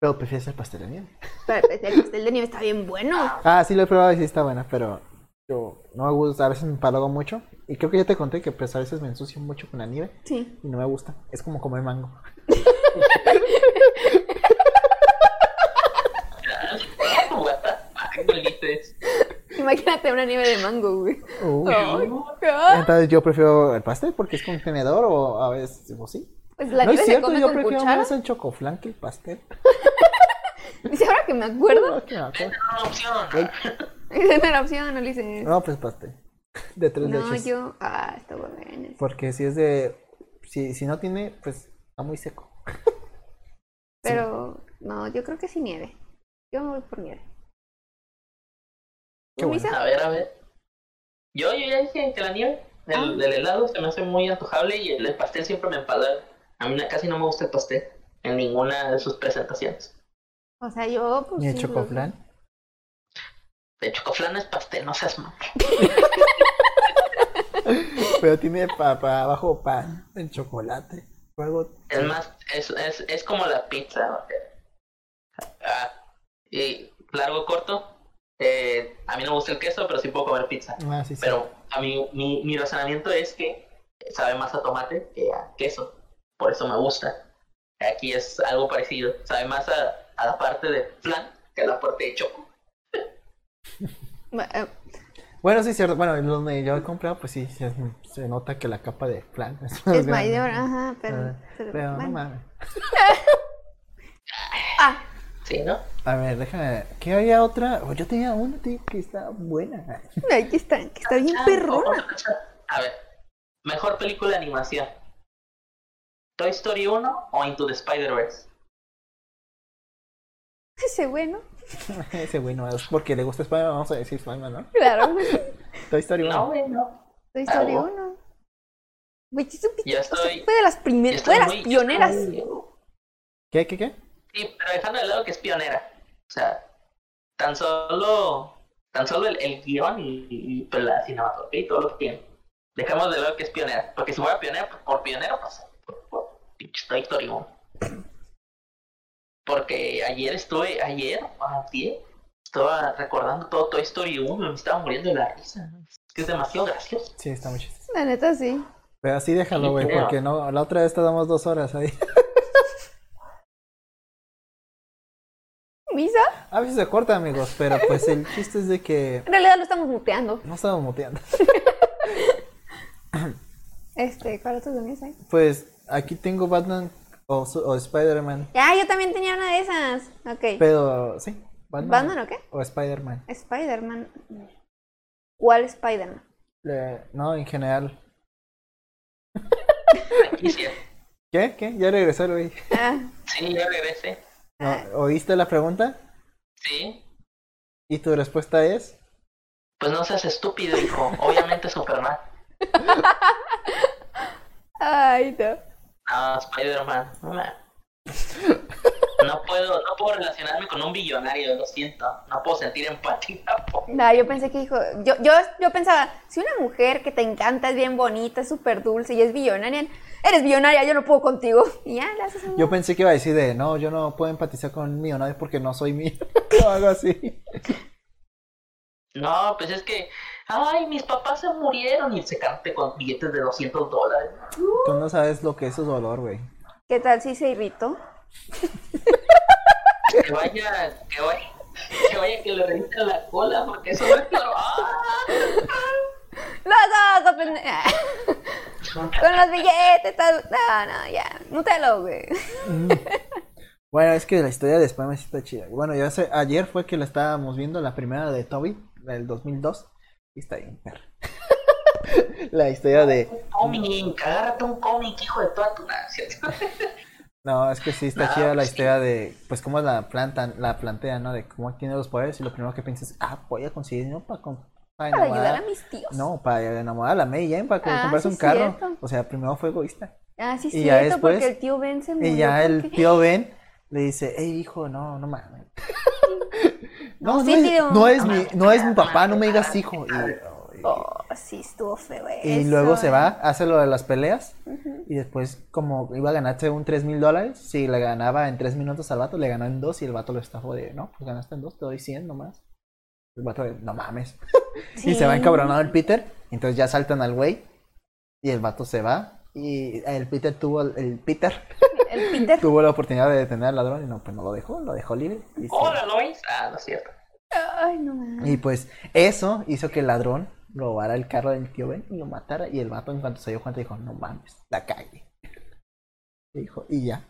Speaker 1: Pero prefieres el pastel de nieve.
Speaker 2: Pero pues, el pastel de nieve está bien bueno.
Speaker 1: Ah, sí, lo he probado y sí está buena, pero yo no me gusta. A veces me empalago mucho. Y creo que ya te conté que pues a veces me ensucio mucho con la nieve
Speaker 2: Sí.
Speaker 1: y no me gusta. Es como comer mango.
Speaker 3: What the fuck, bolites.
Speaker 2: Imagínate una nieve de mango, güey.
Speaker 1: Uy.
Speaker 2: Ay, ah.
Speaker 1: Entonces yo prefiero el pastel porque es con tenedor o a veces, digo, sí.
Speaker 2: Pues la
Speaker 1: no
Speaker 2: nieve
Speaker 1: es
Speaker 2: se
Speaker 1: cierto,
Speaker 2: come
Speaker 1: yo
Speaker 2: con
Speaker 1: prefiero
Speaker 2: cuchara.
Speaker 1: más el chocoflan que el
Speaker 2: (laughs)
Speaker 1: pastel.
Speaker 2: Dice, ahora que me acuerdo.
Speaker 1: No, que me acuerdo.
Speaker 3: Una opción.
Speaker 2: (laughs) Esa es la opción, Ulises.
Speaker 1: No, pues pastel. De Pues, tres
Speaker 2: No,
Speaker 1: leches.
Speaker 2: yo. Ah, está bueno.
Speaker 1: Porque si es de. Si, si no tiene, pues está muy seco.
Speaker 2: Pero no, yo creo que sí nieve. Yo me voy por nieve.
Speaker 1: Qué bueno.
Speaker 2: Ulisa?
Speaker 3: A ver, a ver. Yo, yo ya dije que la nieve del,
Speaker 2: Ah.
Speaker 3: del helado se me hace muy antojable y el, el pastel siempre me empalaga. A mí na- casi no me gusta el pastel en ninguna de sus presentaciones.
Speaker 2: O sea, yo pues.
Speaker 1: Ni el
Speaker 2: sí, los-
Speaker 1: chocoflan.
Speaker 3: De chocoflan es pastel, no seas mal.
Speaker 1: Pero tiene para abajo pan, el chocolate. o algo.
Speaker 3: Es más, es, es, es como la pizza. ¿no? Ah, y largo, corto. eh, a mí no me gusta el queso, pero sí puedo comer pizza.
Speaker 1: Ah, sí, sí.
Speaker 3: Pero a mí, mi, mi razonamiento es que sabe más a tomate que a queso. Por eso me gusta. Aquí es algo parecido. Sabe más a, a la parte de flan que la parte de Choco.
Speaker 2: Ma- eh,
Speaker 1: Bueno, sí, es cierto. Bueno, donde yo he comprado, pues sí, se, se nota que la capa de flan (laughs) es más
Speaker 2: Es
Speaker 1: grande.
Speaker 2: mayor, ajá, pero.
Speaker 1: Ah,
Speaker 2: pero,
Speaker 1: pero no
Speaker 2: bueno.
Speaker 1: mames.
Speaker 2: Ah,
Speaker 3: Sí, ¿no?
Speaker 1: A ver, déjame. ¿Qué había otra? Oh, yo tenía una, tío, que estaba buena. (laughs)
Speaker 2: aquí está, que está bien
Speaker 3: Ah,
Speaker 2: perrona. (laughs)
Speaker 3: otra cosa. A ver, mejor película de animación. Toy Story 1 o Into the Spider-Verse.
Speaker 2: Ese bueno,
Speaker 1: Ese güey no es porque le gusta Spider-Man, vamos a decir Spider-Man, ¿no?
Speaker 2: claro.
Speaker 1: Toy Story
Speaker 3: No,
Speaker 1: 1.
Speaker 3: güey, no.
Speaker 2: Toy
Speaker 3: Ah,
Speaker 2: Story
Speaker 3: bueno.
Speaker 2: 1. Güey, es un
Speaker 3: Ya
Speaker 2: pinche- o sea,
Speaker 3: estoy-
Speaker 2: fue de las primeras, fue de las
Speaker 3: muy-
Speaker 2: pioneras.
Speaker 1: ¿Qué, qué, qué?
Speaker 3: Sí, pero dejando de lado que es pionera. O sea, tan solo, tan solo el, el guión y, y, pues, la cinematografía y todo lo que tiene. Dejamos de lado que es pionera. Porque si fuera pionera, pues, por pionero, pues, por, por pinche Toy Story 1. Porque ayer estuve, ayer, o antier, estaba recordando todo Toy Story 1 y me estaba muriendo de la risa. Es que es demasiado gracioso.
Speaker 1: Sí, está muy chistoso.
Speaker 2: La neta sí.
Speaker 1: Pero así déjalo, güey,
Speaker 3: Mira.
Speaker 1: porque no, la otra vez te damos dos horas ahí. (laughs)
Speaker 2: ¿Misa?
Speaker 1: A veces se corta, amigos, pero pues el chiste es de que
Speaker 2: En realidad lo estamos muteando.
Speaker 1: no estamos muteando.
Speaker 2: Este, ¿cuál otro tenías ahí?
Speaker 1: Pues aquí tengo Batman o, su- o Spider-Man,
Speaker 2: Ah, yo también tenía una de esas. Ok.
Speaker 1: pero sí, Batman,
Speaker 2: ¿Batman o qué?
Speaker 1: o Spider-Man.
Speaker 2: Spider-Man. ¿Cuál Spider-Man?
Speaker 1: Le- no, en general.
Speaker 3: Aquí sí,
Speaker 1: ¿Qué? ¿Qué? Ya regresó, güey.
Speaker 2: Ah,
Speaker 3: sí, yo regresé.
Speaker 1: No, ¿Oíste la pregunta?
Speaker 3: Sí.
Speaker 1: ¿Y tu respuesta es?
Speaker 3: Pues no seas estúpido, hijo. Obviamente Superman.
Speaker 2: ay, no.
Speaker 3: Ah, Spider-Man. No puedo, no puedo relacionarme con un billonario, lo siento. No puedo sentir empatía. po.
Speaker 2: No, yo pensé que dijo, yo, yo, yo pensaba, si una mujer que te encanta es bien bonita, es súper dulce y es billonaria, eres billonaria, yo no puedo contigo. Y ya, le haces un...
Speaker 1: Yo pensé que iba a decir de, no, yo no puedo empatizar con mío, nadie porque no soy mío. (laughs) o algo así.
Speaker 3: No, pues es que, ay, mis papás se murieron y se cante con billetes de 200 dólares.
Speaker 1: Tú no sabes lo que es su dolor, güey.
Speaker 2: ¿Qué tal si se irritó?
Speaker 3: Que vaya, que vaya, que vaya que le revisen la cola, porque eso no es claro. ¡Ah!
Speaker 2: No, no, no, pende- ah. (laughs) Con los billetes, tal- no, no, ya, mutelo, güey.
Speaker 1: Bueno, es que la historia de Spider-Man sí está chida. Y Bueno, ya sé, ayer fue que la estábamos viendo, la primera de Toby, del 2002. Y está bien, perra. (laughs) la historia de...
Speaker 3: Un cómic, agárrate un cómic, hijo de toda tu nación.
Speaker 1: No, es que sí está
Speaker 3: No,
Speaker 1: chida la
Speaker 3: pues sí.
Speaker 1: historia de, pues, cómo la plantan, la plantean, ¿no? De cómo tiene los poderes y lo primero que piensas, ah, voy a conseguir dinero para, com- para
Speaker 2: Para ayudar
Speaker 1: enamorar-
Speaker 2: a mis tíos.
Speaker 1: No, para enamorar a la May Jane, para que
Speaker 2: Ah,
Speaker 1: comprarse
Speaker 2: sí,
Speaker 1: un carro.
Speaker 2: cierto.
Speaker 1: O sea, primero fue egoísta.
Speaker 2: Ah, sí,
Speaker 1: Y
Speaker 2: cierto,
Speaker 1: ya después-
Speaker 2: porque el tío Ben se murió.
Speaker 1: Y ya el
Speaker 2: porque-
Speaker 1: tío Ben le dice, hey hijo, no, no
Speaker 2: (laughs)
Speaker 1: mames.
Speaker 2: No, sí,
Speaker 1: es,
Speaker 2: tío.
Speaker 1: no es mi, no es mi papá, no me digas hijo. Y,
Speaker 2: Oh, sí, estuvo feo
Speaker 1: y
Speaker 2: eso,
Speaker 1: luego se
Speaker 2: eh.
Speaker 1: va, hace lo de las peleas. Y después, como iba a ganarse un 3 mil dólares, si le ganaba en 3 minutos al vato, le ganó en 2 y el vato lo estafó de, no, pues ganaste en 2, te doy 100 nomás. El vato de, no mames. Y se va
Speaker 2: Sí.
Speaker 1: encabronado el Peter. Entonces ya saltan al güey. Y el vato se va. Y el Peter tuvo el Peter (laughs)
Speaker 2: El Peter.
Speaker 1: tuvo la oportunidad de detener al ladrón y no, pues no lo dejó, lo dejó libre. Y, sí.
Speaker 3: Hola, Lois. Ah, no es cierto.
Speaker 2: Ay, no mames.
Speaker 1: Y, pues eso hizo que el ladrón robara el carro del tío Ben y lo matara. Y el vato en cuanto se dio cuenta dijo, no mames, la calle. Dijo, y ya.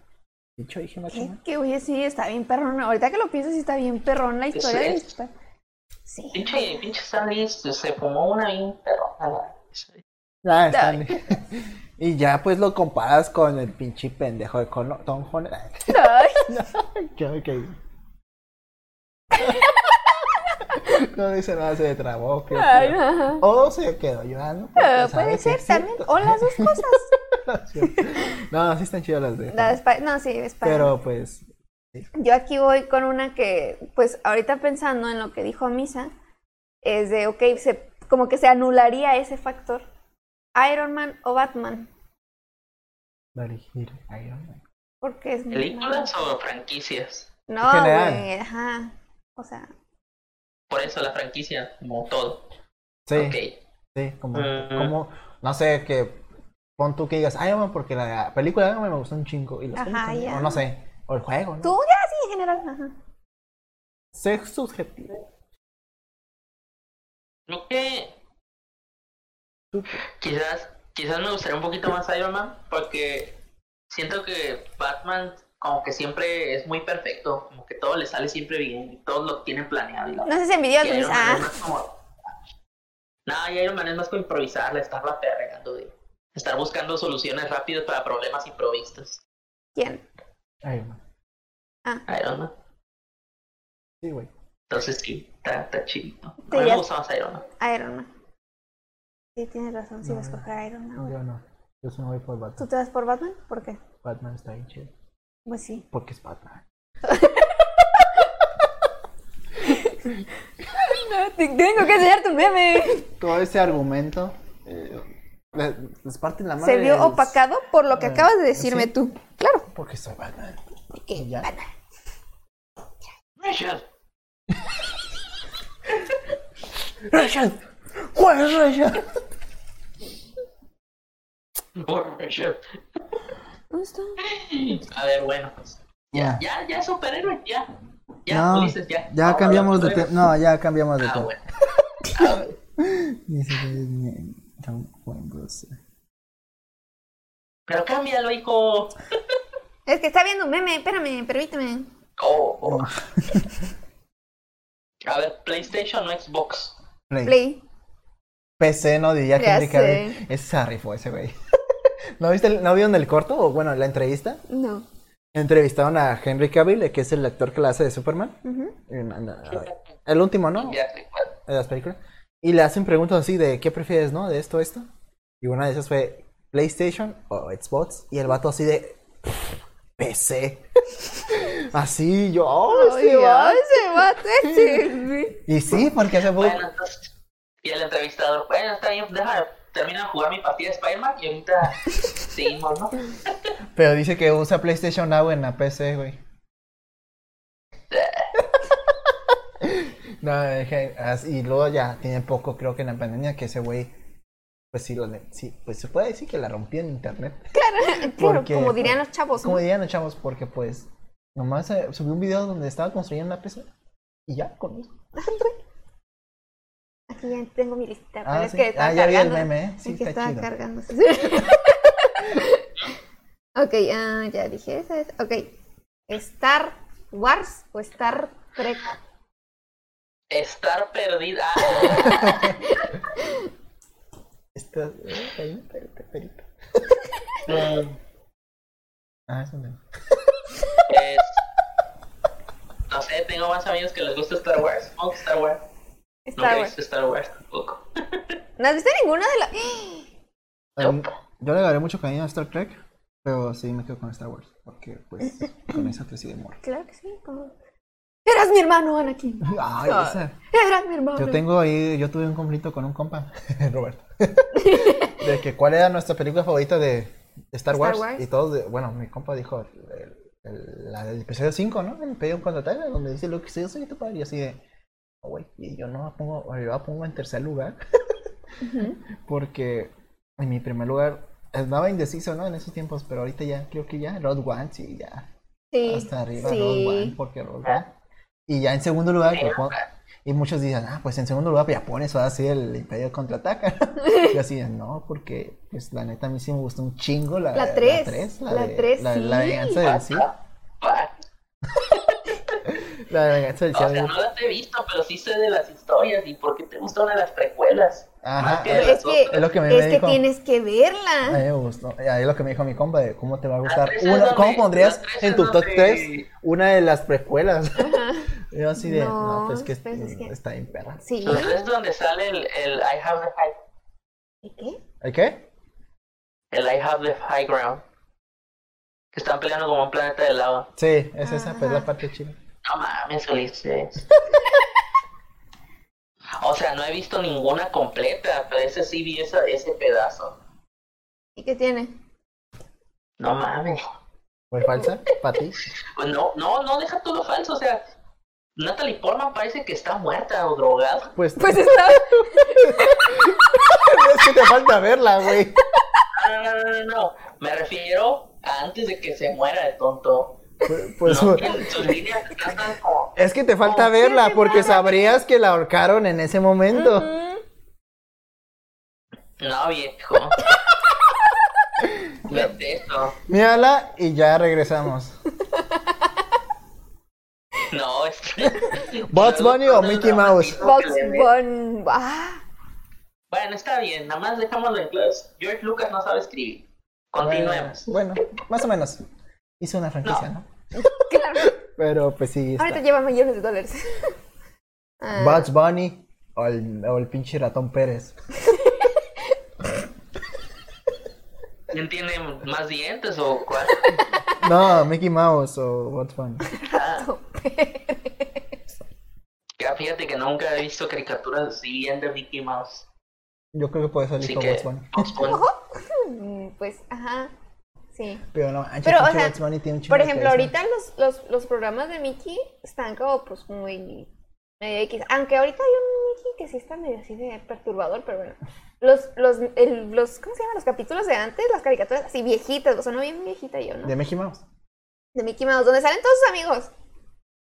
Speaker 1: Dicho dije
Speaker 2: ¿Qué?
Speaker 1: macho.
Speaker 2: Que oye, sí, está bien perrón. Ahorita que lo pienso, sí está bien perrón la historia de
Speaker 3: es.
Speaker 2: Sp- Sí.
Speaker 3: Pinche, pinche Stan Lee se se fumó una bien perrona.
Speaker 1: Ah, está bien. (laughs) Y ya pues lo comparas con el pinche pendejo de Con- Tom Holland. (laughs)
Speaker 2: Ay,
Speaker 1: Ya me caí. (laughs) No dice nada, se trabó. creo que-
Speaker 2: ay, ajá.
Speaker 1: O se quedó llorando. porque
Speaker 2: Ah,
Speaker 1: Pues, sabe
Speaker 2: Eh, puede
Speaker 1: que
Speaker 2: ser
Speaker 1: es
Speaker 2: también.
Speaker 1: cierto.
Speaker 2: O las dos cosas.
Speaker 1: (laughs) No, sí están chidas las de.
Speaker 2: La de Sp- no, sí, es para-
Speaker 1: Pero pues.
Speaker 2: Yo aquí voy con una que, pues, ahorita pensando en lo que dijo Misa, es de, ok, se, como que se anularía ese factor. Iron Man o Batman,
Speaker 1: Vale, giro, Iron Man.
Speaker 2: porque es...
Speaker 3: ¿Películas o franquicias?
Speaker 2: No,
Speaker 1: En general.
Speaker 2: güey, ajá. O sea,
Speaker 3: Por eso la franquicia, como todo.
Speaker 1: Sí,
Speaker 3: Ok. Mm.
Speaker 1: sí, como,
Speaker 3: Ujú.
Speaker 1: como. No sé, que. Pon tú que digas Iron Man porque la película de Iron Man me gustó un chingo. Y los
Speaker 2: Ajá,
Speaker 1: cómics también,
Speaker 2: ya.
Speaker 1: O no sé. O el juego, ¿no?
Speaker 2: tú ya sí, en general, ajá.
Speaker 1: Ser subjetivo.
Speaker 3: Creo que quizás, quizás me gustaría un poquito más Iron Man porque siento que Batman como que siempre es muy perfecto, como que todo le sale siempre bien, y todos lo tienen planeado. Y la-
Speaker 2: No seas envidioso,
Speaker 3: y
Speaker 2: Luis.
Speaker 3: Iron Man es
Speaker 2: Ah,
Speaker 3: más como- No, y Iron Man es más como improvisar, estar la regando de estar buscando soluciones rápidas para problemas improvistos.
Speaker 2: ¿quién?
Speaker 1: Iron Man.
Speaker 3: Iron Man.
Speaker 1: Sí, güey.
Speaker 3: Entonces sí, está, está chido. A
Speaker 2: Sí,
Speaker 3: mí me
Speaker 2: ya-
Speaker 3: gusta más Iron Man.
Speaker 2: Iron Man. Sí, tienes razón, sí
Speaker 1: No,
Speaker 2: vas a
Speaker 1: no.
Speaker 2: escoger a Iron Man. güey.
Speaker 1: Yo no. Yo sí me voy por
Speaker 2: ¿Tú
Speaker 1: Batman.
Speaker 2: te vas por Batman? ¿Por qué?
Speaker 1: Batman está bien chido.
Speaker 2: Pues sí.
Speaker 1: Porque es Batman.
Speaker 2: Ah, tengo que enseñar tu meme.
Speaker 1: Todo ese argumento. eh, le- les parten la madre.
Speaker 2: Se vio
Speaker 1: les-
Speaker 2: opacado por lo que
Speaker 1: eh,
Speaker 2: acabas de decirme
Speaker 1: sí.
Speaker 2: tú. Claro.
Speaker 1: Porque soy Batman.
Speaker 2: que
Speaker 1: Y ya.
Speaker 2: Batman.
Speaker 3: Richard.
Speaker 1: ¡Rachel! ¿Cuál es Rachel?
Speaker 3: Por Richard.
Speaker 2: ¿Dónde está?
Speaker 3: A ver, bueno, pues.
Speaker 1: Ya.
Speaker 3: Ya, ya, superhéroe, ya. Ya,
Speaker 1: No,
Speaker 3: Ulises, ya.
Speaker 1: ya
Speaker 3: Ahora
Speaker 1: cambiamos de
Speaker 3: los
Speaker 1: tema. No, ya cambiamos de
Speaker 3: superhéroes. Ah,
Speaker 1: tema.
Speaker 3: bueno. Ah, bueno.
Speaker 1: Ni siquiera es ni- tan buen Bruce.
Speaker 3: Pero cámbialo, hijo.
Speaker 2: Es que está viendo un meme, espérame, permíteme.
Speaker 3: Oh, oh.
Speaker 1: Oh,
Speaker 3: A ver, PlayStation o Xbox.
Speaker 1: Play.
Speaker 2: Play.
Speaker 1: PC, no diría
Speaker 2: Ya
Speaker 1: Henry Cavill. Ese se rifó ese güey. (laughs) ¿No, viste el- ¿No vieron el corto? O bueno, la entrevista.
Speaker 2: No.
Speaker 1: Entrevistaron a Henry Cavill, que es el actor que la hace de Superman.
Speaker 2: Ujú.
Speaker 1: En- en- en- El último, ¿no?
Speaker 3: Ya sé cuál.
Speaker 1: de las películas. Y le hacen preguntas así de qué prefieres, ¿no? De esto, esto. Y una de esas fue PlayStation o Xbox. Y el vato así de PC. (laughs) así yo. "Oh,
Speaker 2: Ay,
Speaker 1: sí, va".
Speaker 2: ay, se va a decir.
Speaker 1: Y sí, porque hace poco.
Speaker 3: Bueno, entonces. Y el entrevistador, bueno, está bien, deja, termina de jugar mi partida de Spider-Man y
Speaker 1: (laughs)
Speaker 3: ahorita seguimos, ¿no?
Speaker 1: Pero dice que usa PlayStation Now en la PC,
Speaker 2: (laughs)
Speaker 1: güey. no, deje- as- y luego ya tiene poco, creo que en la pandemia, que ese güey. Pues sí, lo, de- sí, pues se puede decir que la rompió en internet.
Speaker 2: Pues
Speaker 1: (laughs)
Speaker 2: Claro,
Speaker 1: Porque-
Speaker 2: como dirían los chavos.
Speaker 1: Como
Speaker 2: ¿no?
Speaker 1: dirían los chavos, porque pues nomás eh, subí un video donde estaba construyendo la PC y ya con eso.
Speaker 2: Aquí ya tengo mi lista,
Speaker 1: Ah,
Speaker 2: pero es
Speaker 1: sí.
Speaker 2: que estaba
Speaker 1: Ah, ya vi el
Speaker 2: cargando.
Speaker 1: meme, ¿eh? Sí,
Speaker 2: es que
Speaker 1: está
Speaker 2: estaba
Speaker 1: chido.
Speaker 2: cargando. (laughs) ok, ah, ya dije esa. es- Ok. ¿Star Wars o Star Trek?
Speaker 3: Estar Ah, perdida.
Speaker 1: Esta- eh, perita, perita, perita.
Speaker 3: Mm,
Speaker 2: (laughs)
Speaker 1: Ah, eso no.
Speaker 3: es- No sé, tengo más amigos que les gusta Star Wars. Me gusta Star Wars.
Speaker 2: Star
Speaker 3: Nunca he
Speaker 2: Wars.
Speaker 3: visto Star Wars tampoco.
Speaker 2: ¿No has visto ninguna de las.?
Speaker 1: Um, yo le agarré mucho cariño a Star Trek, pero sí me quedo con Star Wars, porque pues con esa crecí de morro.
Speaker 2: (gasps) Claro que sí, como. Eras mi hermano, Anakin.
Speaker 1: Ay,
Speaker 2: Ah.
Speaker 1: esa.
Speaker 2: Eras mi hermano.
Speaker 1: Yo tengo ahí, yo tuve un conflicto con un compa, (laughs) Roberto, de que cuál era nuestra película favorita de Star
Speaker 2: Star
Speaker 1: Wars.
Speaker 2: Wars.
Speaker 1: Y todos, de- bueno, mi compa dijo el- el- la del episodio 5, ¿no? El pedido un contratado donde dice lo que yo soy tu padre. Y así de, "No, güey, y yo no la pongo, yo la pongo en tercer lugar,
Speaker 2: Ujú.
Speaker 1: porque en mi primer lugar andaba indeciso, ¿no? En esos tiempos, pero ahorita ya, creo que ya, Rod One, sí, ya,
Speaker 2: Sí.
Speaker 1: hasta arriba Rod One,
Speaker 2: sí.
Speaker 1: porque Rod One. Y ya en segundo lugar, lo pon- y muchos dicen, ah, pues en segundo lugar ya pones ahora sí el Imperio contraataca.
Speaker 2: (laughs)
Speaker 1: y así, no, porque pues la neta a mí sí me gustó un chingo la
Speaker 2: La tres,
Speaker 1: tres,
Speaker 2: la
Speaker 1: de-
Speaker 2: tres,
Speaker 1: la, la
Speaker 2: sí.
Speaker 1: venganza del sí.
Speaker 3: Pa.
Speaker 1: La venganza del sí.
Speaker 3: O sea, no las he visto, pero sí sé de las historias y por qué te gusta una de las precuelas.
Speaker 1: Ajá,
Speaker 3: de
Speaker 1: es,
Speaker 2: Es
Speaker 3: las
Speaker 2: que,
Speaker 3: otras.
Speaker 1: lo que a mí me
Speaker 2: es que
Speaker 1: dijo.
Speaker 2: tienes que
Speaker 1: A
Speaker 2: verla.
Speaker 1: mí me gustó. Y ahí es lo que me dijo mi compa de cómo te va a
Speaker 2: Ah,
Speaker 1: gustar.
Speaker 3: tres es
Speaker 1: Una,
Speaker 3: donde-
Speaker 1: ¿Cómo pondrías
Speaker 3: las tres
Speaker 1: en
Speaker 3: es
Speaker 1: tu top
Speaker 3: donde-
Speaker 1: 3 una de las precuelas? (laughs) Yo así de, no,
Speaker 2: No,
Speaker 1: pues que,
Speaker 2: pues, es que-
Speaker 1: está bien perra.
Speaker 2: Sí.
Speaker 3: Pero es donde sale el, el I have the high,
Speaker 2: ¿Y qué?
Speaker 1: ¿El qué?
Speaker 3: el I have the high ground. Que están peleando como un planeta de lava.
Speaker 1: Sí, es esa, pues la
Speaker 2: Ajá.
Speaker 1: parte chida.
Speaker 3: No mames, Ulises. o sea, no he visto ninguna completa, pero ese sí vi esa, ese pedazo.
Speaker 2: ¿Y qué tiene?
Speaker 3: No mames.
Speaker 1: ¿Fue falsa? ¿Para ti?
Speaker 3: Pues no, no, no deja todo falso. O sea, Natalie Portman parece que está muerta o drogada.
Speaker 1: Pues,
Speaker 2: Pues está.
Speaker 1: (laughs) es que te falta verla, güey.
Speaker 3: Ah, No, no, no, no, no. Me refiero a antes de que se muera el tonto.
Speaker 1: Por, por eso- (laughs)
Speaker 3: No, que sus líneas tratan como.
Speaker 1: Pues, Es que te falta
Speaker 2: (laughs)
Speaker 1: verla porque sabrías que la ahorcaron en ese momento.
Speaker 2: Ujú.
Speaker 3: No,
Speaker 1: (laughs)
Speaker 3: viejo. No es eso.
Speaker 1: Mírala y ya regresamos.
Speaker 3: No, es que.
Speaker 1: (laughs) ¿Bugs Bunny o Mickey Mouse?
Speaker 2: Bugs
Speaker 3: Que le ve-
Speaker 2: Bunny. Ah,
Speaker 3: Bueno, está bien, nada más dejámoslo en claro. George Lucas no sabe escribir. Continuemos.
Speaker 1: Bueno, más o menos. Hice una franquicia, ¿no?
Speaker 2: (laughs) claro.
Speaker 1: Pero pues sí. está.
Speaker 2: Ahorita lleva millones de dólares. Ah, (laughs)
Speaker 1: Bugs Bunny o el, o el pinche ratón Pérez.
Speaker 3: ¿Quién tiene más dientes o
Speaker 1: (laughs)
Speaker 3: cuál?
Speaker 1: No, Mickey Mouse o Bugs Bunny.
Speaker 3: Ya, fíjate que nunca he visto caricaturas así bien de Mickey Mouse.
Speaker 1: Yo creo que puede salir
Speaker 3: Así
Speaker 1: con
Speaker 3: que.
Speaker 1: Bugs Bunny.
Speaker 3: Bugs Bunny.
Speaker 2: (laughs) mm, Pues, ajá. Sí.
Speaker 1: Pero no, manches,
Speaker 2: Pero, o
Speaker 1: pinche
Speaker 2: sea,
Speaker 1: Bugs Bunny tiene un chingo
Speaker 2: Por
Speaker 1: de
Speaker 2: ejemplo,
Speaker 1: carisma.
Speaker 2: ahorita los, los, los programas de Mickey están como pues muy medio X. Aunque ahorita hay un Mickey que sí está medio así de perturbador, pero bueno. Los, los, el- los, ¿cómo se llaman? Los capítulos de antes, las caricaturas así viejitas, o sea, no bien viejita yo, ¿no?
Speaker 1: De Mickey Mouse.
Speaker 2: De Mickey Mouse, donde salen todos sus amigos.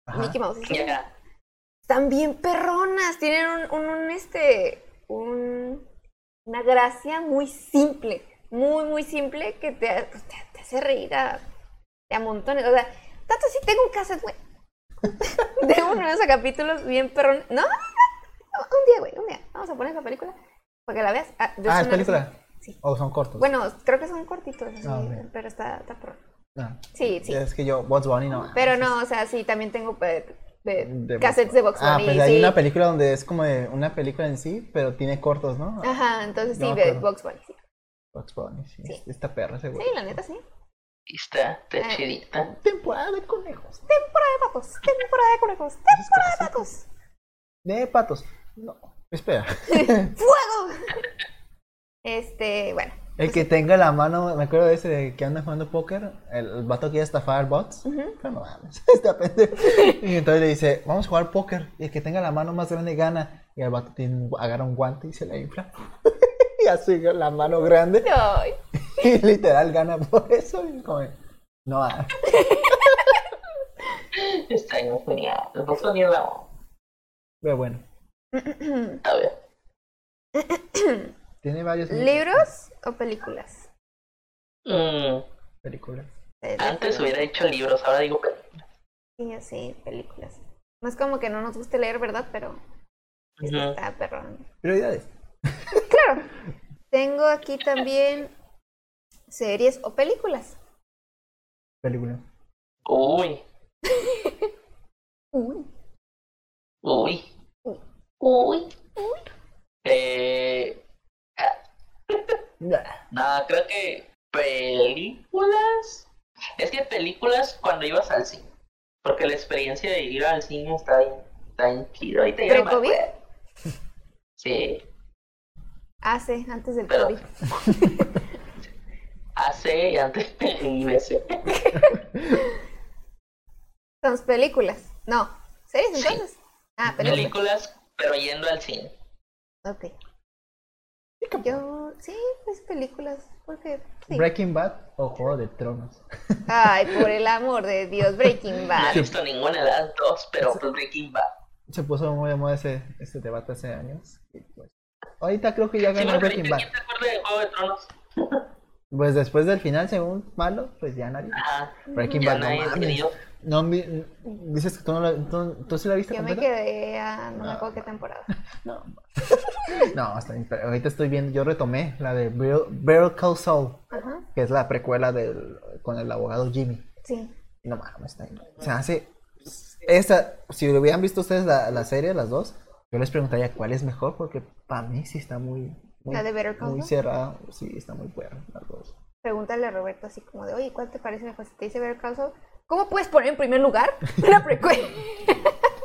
Speaker 1: Ajá.
Speaker 2: Mickey Mouse. sí.
Speaker 3: Ya,
Speaker 2: Están bien perronas, tienen un, un, un, este, un, una gracia muy simple, muy, muy simple que te, ha- pues, te, te hace reír a, a montones. O sea, tanto sí tengo un cassette, güey. (laughs) de uno de esos capítulos bien perrón. No, no, no, un día, güey, un día. Vamos a poner esa película para que la veas. Ah, de
Speaker 1: Ah,
Speaker 2: eso
Speaker 1: ¿es
Speaker 2: no-
Speaker 1: película?
Speaker 2: Sí.
Speaker 1: ¿O son cortos?
Speaker 2: Bueno, creo que son cortitos, así,
Speaker 1: Ah, ok.
Speaker 2: pero está, está perrón.
Speaker 1: No.
Speaker 2: Sí, sí.
Speaker 1: Ah. Es que yo, Bugs Bunny no.
Speaker 2: Pero no, o sea, sí, también tengo eh, de-
Speaker 1: De
Speaker 2: cassettes de Box
Speaker 1: Ah,
Speaker 2: Bunny.
Speaker 1: pues hay
Speaker 2: sí.
Speaker 1: una película donde es como de una película en sí, pero tiene cortos, ¿no?
Speaker 2: Ajá, entonces
Speaker 1: No
Speaker 2: sí,
Speaker 1: me
Speaker 2: de
Speaker 1: acuerdo.
Speaker 2: Box Bunny. Sí.
Speaker 1: Bugs Bunny, sí.
Speaker 2: Sí.
Speaker 1: Esta perra ese
Speaker 2: Sí,
Speaker 1: güey.
Speaker 2: la neta sí.
Speaker 3: está, está
Speaker 2: Ah.
Speaker 3: chidita.
Speaker 1: Temporada de conejos.
Speaker 2: Temporada de patos, temporada de conejos, temporada de patos.
Speaker 1: De patos. No. Espera.
Speaker 2: ¡Fuego! (laughs) Este, bueno.
Speaker 1: El que tenga la mano, me acuerdo de ese de que anda jugando póker, el, el vato quiere estafar bots, pero no mames, (laughs) está pendejo. Y entonces le dice, vamos a jugar póker, y el que tenga la mano más grande gana. Y el vato tiene, un- agarra un guante y se la infla. (laughs) y así con la mano grande,
Speaker 2: Ay,
Speaker 1: (clears throat) y literal gana por eso. Y como, no ah, mames.
Speaker 3: Está bien genial. Bugs Bunny es la onda.
Speaker 1: Pero bueno,
Speaker 3: Está bien.
Speaker 1: tiene varios
Speaker 2: ¿Libros o películas?
Speaker 3: Mm,
Speaker 1: películas.
Speaker 2: Eh,
Speaker 3: antes hubiera hecho libros, ahora digo películas.
Speaker 2: Sí, yo sí, películas. Más como que no nos guste leer, ¿verdad? Pero
Speaker 3: Ujú.
Speaker 2: está perrón.
Speaker 1: Prioridades.
Speaker 2: Claro. Tengo aquí también series o películas.
Speaker 1: Películas.
Speaker 3: Uy,
Speaker 2: Uy.
Speaker 3: uy, uy. Eh, no, creo que películas. Es que películas cuando ibas al cine. Porque la experiencia de ir al cine está bien, está bien chido. Ahorita ya no me
Speaker 2: ¿Pre-COVID?
Speaker 3: acuerdo. Sí.
Speaker 2: Ah, sí, antes del
Speaker 3: Pero-
Speaker 2: COVID.
Speaker 3: AC y antes (laughs) de IBC.
Speaker 2: Entonces, películas. No, series
Speaker 3: Sí.
Speaker 2: entonces. Ah, películas.
Speaker 3: Películas, pero yendo al cine.
Speaker 2: Ok. Yo, sí, pues películas, porque sí.
Speaker 1: Breaking Bad o Juego de Tronos.
Speaker 2: Ay, por el amor de Dios,
Speaker 1: (laughs)
Speaker 2: Breaking
Speaker 3: Ah, No
Speaker 2: Bad.
Speaker 3: he visto ninguna de las dos, pero pues Breaking Bad.
Speaker 1: Se puso muy de moda ese, ese debate hace años. y pues, ahorita creo que ya
Speaker 3: Sí,
Speaker 1: ganó
Speaker 3: pero
Speaker 1: Breaking
Speaker 3: ¿quién
Speaker 1: Bad.
Speaker 3: se acuerda de Juego de Tronos?
Speaker 1: Pues después del final, según malo, pues ya nadie.
Speaker 3: Ajá.
Speaker 1: Breaking
Speaker 3: Ah, Ya
Speaker 1: Bad, no
Speaker 3: nadie
Speaker 1: mames.
Speaker 3: entendió.
Speaker 1: No, vi- n- dices que tú no la, tú, ¿tú sí Ah. la viste
Speaker 2: Yo me
Speaker 1: completa?
Speaker 2: quedé a no me acuerdo qué temporada.
Speaker 1: No. (laughs) no, está bien, pero ahorita estoy viendo, yo retomé la de Better Better Call Saul,
Speaker 2: Ajá,
Speaker 1: que es la precuela del, con el abogado Jimmy.
Speaker 2: sí.
Speaker 1: Y No mames, está bien. O sea, hace. Esa, si lo hubieran visto ustedes la, la serie, las dos, yo les preguntaría cuál es mejor, porque para mí sí está muy. muy
Speaker 2: La de Better Call
Speaker 1: Muy
Speaker 2: Saul.
Speaker 1: cerrada, sí, está muy buena, las dos.
Speaker 2: Pregúntale a Roberto así como de, oye, ¿cuál te parece mejor? Si te dice Better Call Saul, ¿cómo puedes poner en primer lugar (laughs)
Speaker 1: (laughs)
Speaker 2: una precuela?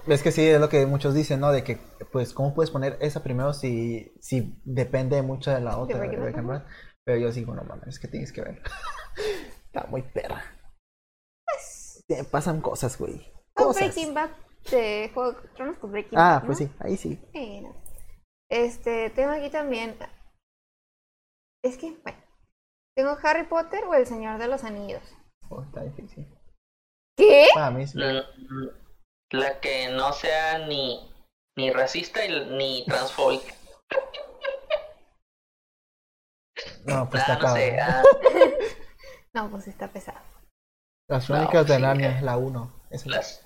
Speaker 1: Es que sí, es lo que muchos dicen, ¿no? De que, pues, ¿cómo puedes poner esa primero si, si depende mucho de la otra?
Speaker 2: Breaking
Speaker 1: de
Speaker 2: Bad,
Speaker 1: Breaking Bad? Pero yo sí digo, no mames, es que tienes que ver. (laughs) Está muy perra.
Speaker 2: Pues,
Speaker 1: Te pasan cosas, güey.
Speaker 2: Con
Speaker 1: Cosas.
Speaker 2: Breaking Bad de Juego de Tronos con Breaking Bad.
Speaker 1: Ah,
Speaker 2: ¿no?
Speaker 1: pues sí, ahí sí.
Speaker 2: Bueno. Este, tengo aquí también. Es que, bueno. Tengo Harry Potter o El Señor de los Anillos.
Speaker 1: Oh, está difícil.
Speaker 2: ¿Qué?
Speaker 1: Para mí sí.
Speaker 3: La, la que no sea ni, ni racista y- ni transfóbica.
Speaker 1: No, pues
Speaker 3: Ah,
Speaker 1: está
Speaker 3: no sé,
Speaker 1: cabrón.
Speaker 3: ah,
Speaker 2: No, pues está pesado.
Speaker 1: Las
Speaker 3: No,
Speaker 1: crónicas de
Speaker 3: sí,
Speaker 1: Narnia,
Speaker 3: eh.
Speaker 1: la 1. Esa- (laughs)
Speaker 3: las,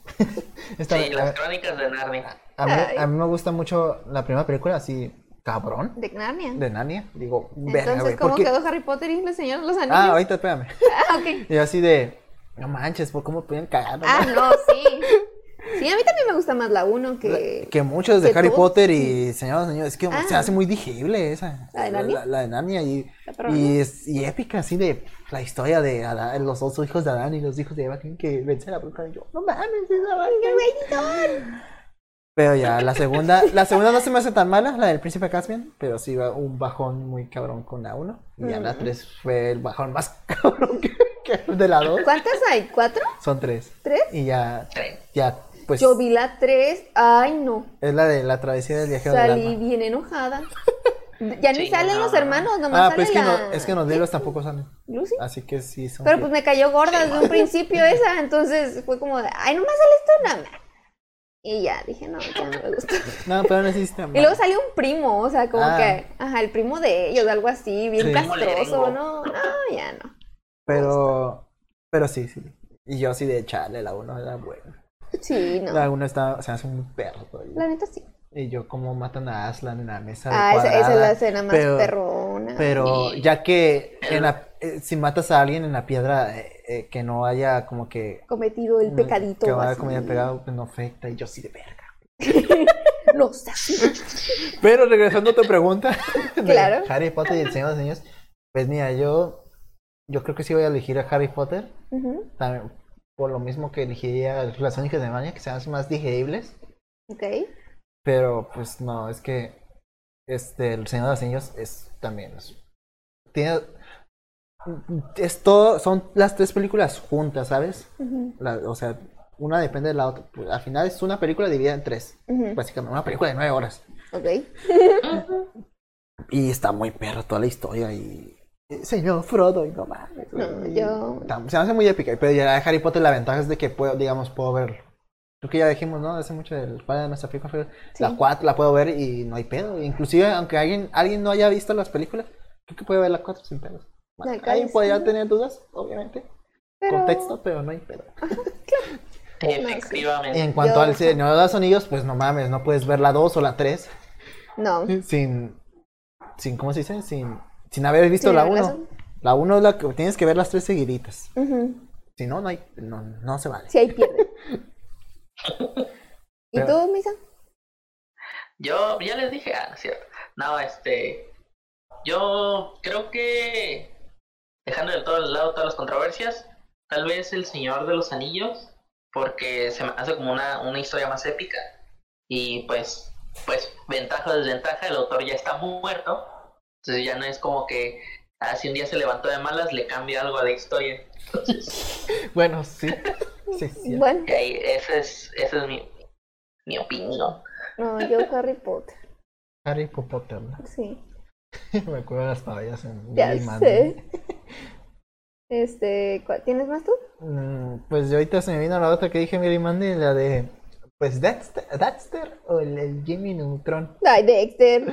Speaker 1: esta-
Speaker 3: sí, las
Speaker 1: a-
Speaker 3: crónicas de Narnia.
Speaker 1: a, mí,
Speaker 2: Ay.
Speaker 1: a mí me gusta mucho la primera película, así, cabrón,
Speaker 2: De Narnia.
Speaker 1: de Narnia. Digo, verga, güey.
Speaker 2: Entonces,
Speaker 1: ¿por
Speaker 2: ¿cómo
Speaker 1: qué?
Speaker 2: quedó Harry Potter y el Señor de los Anillos?
Speaker 1: Ah,
Speaker 2: Ah,
Speaker 1: ahorita espérame. (laughs)
Speaker 2: ok.
Speaker 1: Y yo así de, no manches, ¿por cómo pueden cagar? no
Speaker 2: Ah,
Speaker 1: manches?
Speaker 2: no, sí. Sí, a mí también me gusta más la 1 que...
Speaker 1: que muchos de
Speaker 2: que
Speaker 1: Harry
Speaker 2: todo-
Speaker 1: Potter y Señor de los Anillos, es que
Speaker 2: Ah.
Speaker 1: se hace muy digible esa.
Speaker 2: ¿La de Narnia?
Speaker 1: La, la de Narnia y,
Speaker 2: Está perrona.
Speaker 1: y, es- y épica, así de la historia de Adán- los dos hijos de Adán y los hijos de Eva tienen que vencer a la bruja. Y yo, no mames, esa vaina. Pero ya, la segunda, la segunda no se me hace tan mala, la del Príncipe Caspian, pero sí va un bajón muy cabrón con la 1. Y ya
Speaker 2: Mm.
Speaker 1: la 3 fue el bajón más (laughs) cabrón que, que el de la 2.
Speaker 2: ¿Cuántas hay? ¿Cuatro?
Speaker 1: Son 3.
Speaker 2: ¿Tres?
Speaker 1: Y ya,
Speaker 3: Tres.
Speaker 1: ya, pues
Speaker 2: Yo vi la 3. Ay, no.
Speaker 1: es la de la travesía del viajero del alma.
Speaker 2: Salí
Speaker 1: (laughs)
Speaker 2: bien enojada. Ya ni
Speaker 3: Sí,
Speaker 2: salen
Speaker 3: no.
Speaker 2: los hermanos, nomás
Speaker 1: Ah,
Speaker 2: sale
Speaker 1: pues es que,
Speaker 2: la...
Speaker 1: no, es que en los libros tampoco salen.
Speaker 2: Lucy.
Speaker 1: Así que sí son.
Speaker 2: Pero pues me cayó gorda desde un principio esa, entonces fue como de, ay, nomás sale esto, nada. Y ya, dije, no, ya no me gusta.
Speaker 1: No, pero no existe.
Speaker 2: pues, Y luego salió un primo, o sea, como
Speaker 1: Ah.
Speaker 2: que, ajá, el primo de ellos, algo así, bien
Speaker 1: Sí.
Speaker 2: castroso, ¿no? No, ya no.
Speaker 1: Pero. Pero sí, sí. Y yo sí de chale, la 1 era buena.
Speaker 2: Sí, no.
Speaker 1: La 1 está. Se hace un perro. y-
Speaker 2: La neta sí.
Speaker 1: Y yo como matan a Aslan en la mesa. de
Speaker 2: Ah, esa, esa es
Speaker 1: cuadrada,
Speaker 2: la escena más
Speaker 1: pero-
Speaker 2: perrona.
Speaker 1: Pero ya que en la- eh, si matas a alguien en la piedra, eh, eh, que no haya como que.
Speaker 2: Cometido el pecadito.
Speaker 1: Mm, Que vaya
Speaker 2: así.
Speaker 1: como ya pegado, pues no afecta. Y yo sí de verga.
Speaker 2: No, está así.
Speaker 1: Pero regresando a tu pregunta, de
Speaker 2: Claro.
Speaker 1: Harry Potter y el Señor de los Anillos, pues mira, yo, yo creo que sí voy a elegir a Harry Potter,
Speaker 2: Ujú,
Speaker 1: también por lo mismo que elegiría las únicas de Narnia, que se hacen más digeribles,
Speaker 2: Ok.
Speaker 1: pero pues no, es que este, el Señor de los Anillos es también, es- tiene, es todo, son las tres películas juntas, ¿sabes?
Speaker 2: Ujú,
Speaker 1: La- o sea, una depende de la otra, pues, al final es una película dividida en tres,
Speaker 2: ujú,
Speaker 1: básicamente, una película de nueve horas.
Speaker 2: Ok.
Speaker 1: Y está muy perro toda la historia y... eh, Señor Frodo, y no mames.
Speaker 2: No,
Speaker 1: y-
Speaker 2: yo-
Speaker 1: está- Se me hace muy épica, pero ya la de Harry Potter la ventaja es de que puedo, digamos, puedo verlo. Creo que ya dijimos, ¿no? Hace mucho del cuál de nuestra película fue- La
Speaker 2: Sí.
Speaker 1: 4 la puedo ver y no hay pedo. Inclusive, aunque alguien, alguien no haya visto las películas, creo que puede ver la 4 sin pedos.
Speaker 2: La
Speaker 1: Alguien
Speaker 2: cáliz,
Speaker 1: podría
Speaker 2: ¿no?
Speaker 1: tener dudas, obviamente.
Speaker 2: Pero-
Speaker 1: Contexto, pero no hay pedo. Y en
Speaker 3: Efectivamente.
Speaker 1: cuanto
Speaker 2: Yo-
Speaker 1: al Señor de los Anillos, pues no mames, no puedes ver la 2 o la 3
Speaker 2: No.
Speaker 1: sin, sin ¿cómo se dice? Sin, sin haber visto
Speaker 2: Sin
Speaker 1: la
Speaker 2: haberlas-
Speaker 1: 1. La 1 es la que tienes que ver las tres seguiditas.
Speaker 2: Ujú.
Speaker 1: Si no, no, hay, no, no se vale.
Speaker 2: Si hay pierde. ¿Y
Speaker 1: Pero-
Speaker 2: tú, Misa?
Speaker 3: Yo ya les dije, ah, no es cierto. No, este. Yo creo que. Dejando de todo el lado todas las controversias, tal vez El Señor de los Anillos, porque se me hace como una, una historia más épica. Y pues, pues, ventaja o desventaja, el autor ya está muerto. Entonces ya no es como que. Ah, si un día se levantó de malas, le cambia algo a la historia.
Speaker 1: Bueno, (laughs) sí. Sí, sí.
Speaker 2: Bueno,
Speaker 3: Y ahí, esa es, esa es mi, mi opinión.
Speaker 2: no, yo Harry Potter.
Speaker 1: Harry Potter. ¿no? (laughs)
Speaker 2: Sí,
Speaker 1: Me acuerdo de las pabellas en
Speaker 2: ya
Speaker 1: Billy Mandy.
Speaker 2: sé. Este, ¿cuál- ¿tienes más tú?
Speaker 1: Mm, Pues yo ahorita se me vino la otra que dije Mary Mandy, la de. Pues Dexter, Dexter o el, el Jimmy Neutron.
Speaker 2: Ay, Dexter.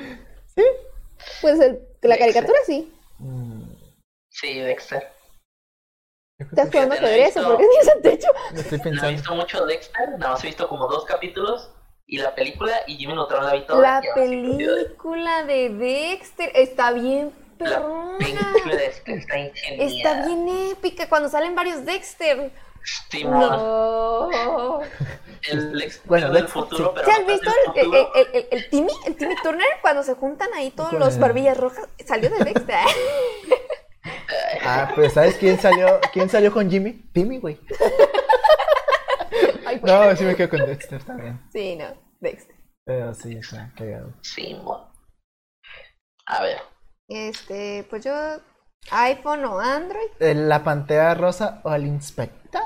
Speaker 1: ¿Sí?
Speaker 2: Pues el- la
Speaker 3: Dexter.
Speaker 2: caricatura sí.
Speaker 1: Mm,
Speaker 3: Sí, Dexter.
Speaker 1: yo creo
Speaker 2: Estás
Speaker 1: que
Speaker 2: jugando
Speaker 3: Fíjate, no he
Speaker 2: ajedrez o
Speaker 3: visto-
Speaker 2: por qué tienes el techo.
Speaker 1: sí, estoy
Speaker 3: No he
Speaker 1: pensando.
Speaker 3: visto mucho Dexter, nada más he visto como dos capítulos y la película y Jimmy Neutron la vi toda.
Speaker 2: La
Speaker 3: y ahora sí, pues, yo-
Speaker 2: película de Dexter está bien
Speaker 3: La
Speaker 2: perrona.
Speaker 3: película de Dexter está ingeniada.
Speaker 2: Está bien épica cuando salen varios Dexter.
Speaker 3: Simón,
Speaker 2: No.
Speaker 3: el Dexter
Speaker 1: Bueno,
Speaker 3: del
Speaker 1: Dexter, sí.
Speaker 3: futuro, pero
Speaker 2: ¿Se han
Speaker 3: no
Speaker 2: visto
Speaker 3: tanto del
Speaker 2: el, eh, el,
Speaker 3: futuro.
Speaker 2: el, el- el Timmy? El Timmy Turner, cuando se juntan ahí todos los barbillas rojas, salió de Dexter.
Speaker 3: (laughs)
Speaker 1: Ah, pues ¿sabes quién salió? ¿Quién salió con Jimmy? Timmy, güey.
Speaker 2: Ay, güey.
Speaker 1: No, sí me quedo con Dexter también.
Speaker 2: Sí, no, Dexter.
Speaker 1: Pero sí, está cagado.
Speaker 3: Simón. A ver,
Speaker 2: Este, pues yo, iPhone o Android,
Speaker 1: ¿El- Eh, ¿La pantera rosa o el inspector?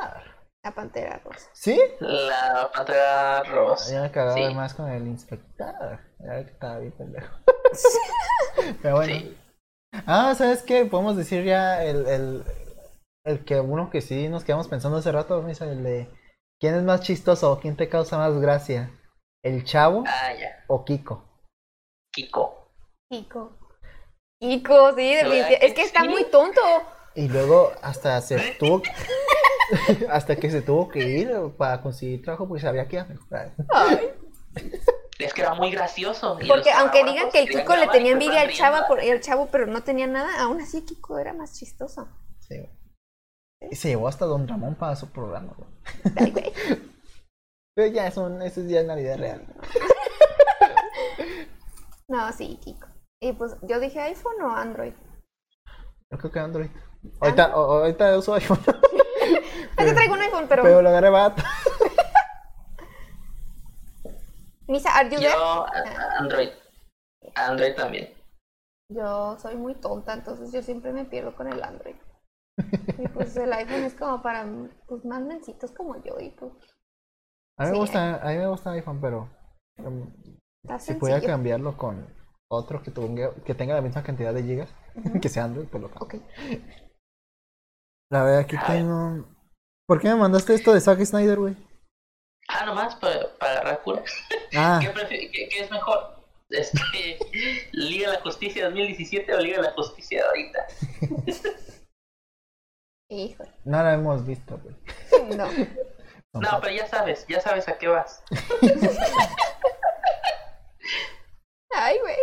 Speaker 2: la pantera rosa.
Speaker 1: ¿Sí?
Speaker 3: la pantera
Speaker 1: Ya
Speaker 3: rosa.
Speaker 1: me cagaba
Speaker 3: Sí.
Speaker 1: más con el inspector. Era el que estaba bien
Speaker 3: (laughs)
Speaker 1: pendejo. Pero bueno.
Speaker 3: Sí.
Speaker 1: Ah, ¿sabes qué? Podemos decir ya el, el, el que uno que sí nos quedamos pensando hace rato, Misa, el de ¿quién es más chistoso o quién te causa más gracia? ¿El chavo
Speaker 3: Ah, ya.
Speaker 1: o Kiko?
Speaker 3: Kiko.
Speaker 2: Kiko. Kiko,
Speaker 3: ¿Verdad
Speaker 2: sí, definitivamente.
Speaker 3: que
Speaker 2: Es que está
Speaker 3: sí?
Speaker 2: muy tonto.
Speaker 1: Y luego hasta se tuvo (laughs) hasta que se tuvo que ir para conseguir trabajo porque sabía que iba a mejorar.
Speaker 2: Ay,
Speaker 3: Es que era muy gracioso. y
Speaker 2: porque
Speaker 3: los
Speaker 2: aunque
Speaker 3: trabajos
Speaker 2: digan que el
Speaker 3: querían
Speaker 2: Kiko le
Speaker 3: grabar y
Speaker 2: tenía
Speaker 3: se
Speaker 2: envidia al
Speaker 3: estaban
Speaker 2: chava
Speaker 3: riendo.
Speaker 2: por el chavo, pero no tenía nada, aún así Kiko era más chistoso.
Speaker 1: Sí, güey. Y se llevó hasta Don Ramón para su programa, güey.
Speaker 2: Ay, güey.
Speaker 1: Pero ya son esos días de Navidad real.
Speaker 2: No, sí, Kiko. Y pues yo dije iPhone o Android.
Speaker 1: Yo creo que Android. Ahorita, o- ahorita uso iPhone, (laughs)
Speaker 2: Pues yo traigo un iPhone, pero.
Speaker 1: pero lo agarré barato.
Speaker 2: Misa, ¿are you there?
Speaker 3: Yo, a- Android. Android también.
Speaker 2: Yo soy muy tonta, entonces yo siempre me pierdo con el Android. Y pues el iPhone es como para pues, más mencitos como yo y pues
Speaker 1: A mí me
Speaker 2: Sí.
Speaker 1: gusta, a mí me gusta iPhone, pero um,
Speaker 2: está
Speaker 1: si pudiera
Speaker 2: sencillo.
Speaker 1: cambiarlo con otro que, tuviera- que tenga la misma cantidad de gigas, (laughs) que sea Android, pues lo cambio.
Speaker 2: Ok.
Speaker 1: La verdad, aquí
Speaker 3: A ver.
Speaker 1: tengo. ¿Por qué me mandaste esto de Zack Snyder, güey?
Speaker 3: Ah, nomás para, para agarrar cura.
Speaker 1: Ah,
Speaker 3: ¿Qué, prefi- qué- qué es mejor? Este, (laughs) ¿Liga de la Justicia 2017 o Liga de la Justicia de ahorita?
Speaker 2: Híjole.
Speaker 1: no la hemos visto, güey.
Speaker 2: No.
Speaker 3: No, pero ya sabes, ya sabes a qué vas.
Speaker 2: Ay, güey.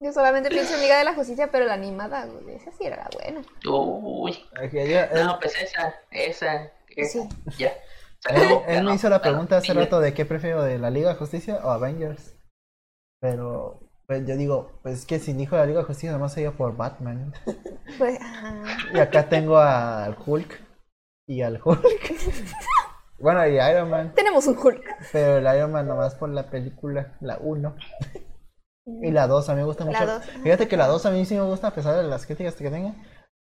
Speaker 2: Yo solamente pienso en Liga de la Justicia, pero la animada, güey, esa sí era la buena.
Speaker 3: Uy,
Speaker 1: Aquí, allá, él,
Speaker 3: no, pues esa, esa, esa,
Speaker 2: Sí.
Speaker 3: ya. Se
Speaker 1: él-
Speaker 3: acabó,
Speaker 1: él
Speaker 3: ya
Speaker 1: me
Speaker 3: no,
Speaker 1: hizo la
Speaker 3: ya no.
Speaker 1: pregunta hace
Speaker 3: Dime.
Speaker 1: rato de qué prefiero de la Liga de Justicia o Avengers. Pero pues yo digo, pues es que si dijo la Liga de Justicia, nomás se iba por Batman.
Speaker 2: Pues, ajá.
Speaker 1: Y acá tengo a- al Hulk. Y al Hulk. (laughs) Bueno, y Iron Man.
Speaker 2: Tenemos un Hulk.
Speaker 1: Pero el Iron Man nomás por la película, la 1. Y la 2 a mí me gusta
Speaker 2: La
Speaker 1: mucho.
Speaker 2: dos.
Speaker 1: Fíjate que la 2 a mí sí me gusta, a pesar de las críticas que tenga.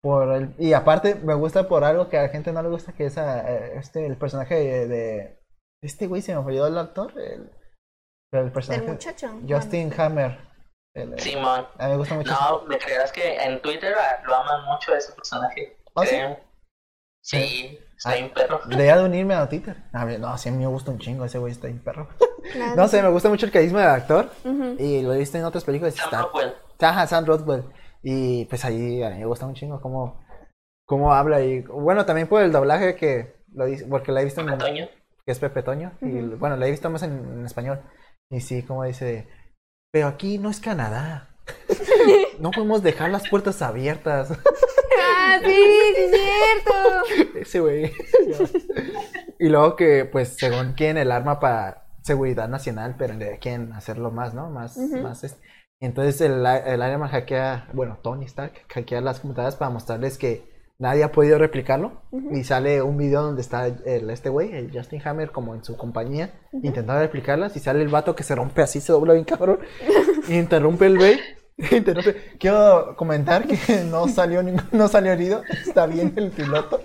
Speaker 1: Por el- y aparte, me gusta por algo que a la gente no le gusta, que es a- eh, este, el personaje de, de- Este güey se me olvidó el actor. El, pero el
Speaker 2: Del
Speaker 1: personaje.
Speaker 2: muchacho.
Speaker 1: Justin Hammer. El- el-
Speaker 3: Simón.
Speaker 1: a mí me gusta mucho.
Speaker 3: No, me creerás que en Twitter ah, lo aman mucho a ese personaje.
Speaker 1: ¿Ah, sí? Eh, ah,
Speaker 3: Créeme. Sí, está bien perro.
Speaker 1: Debería de unirme a Twitter. A ver, no, sí, a mí me gusta un chingo ese güey, está bien perro.
Speaker 2: Claro.
Speaker 1: No sé, me gusta mucho el carisma del actor.
Speaker 2: Ujú.
Speaker 1: Y lo he visto en otras películas. y
Speaker 3: Sam
Speaker 1: está-
Speaker 3: Rockwell.
Speaker 1: Ajá, Sam Rothwell. Y pues ahí a mí me gusta un chingo cómo, cómo habla. Y bueno, también por el doblaje que lo dice, porque la he visto en
Speaker 3: Antonio.
Speaker 1: que es Pepe Toño. Y bueno, la he visto más en, en español. Y sí, como dice, pero aquí no es Canadá. No podemos dejar las puertas abiertas.
Speaker 2: Ah, sí, sí,
Speaker 1: (laughs)
Speaker 2: es cierto.
Speaker 1: Ese güey. y luego que, pues, según quién el arma para seguridad nacional, pero le quieren hacerlo más, ¿no? Más,
Speaker 2: Ujú.
Speaker 1: más. es- Entonces el, el Iron Man hackea, bueno, Tony Stark hackea las computadoras para mostrarles que nadie ha podido replicarlo. Y sale un video donde está el, este güey, el Justin Hammer, como en su compañía, intentando replicarlas. Y sale el vato que se rompe así, se dobla bien cabrón. y interrumpe el güey. (laughs) interrumpe. Quiero comentar que (laughs) no salió, ningún- no salió herido. Está bien el piloto.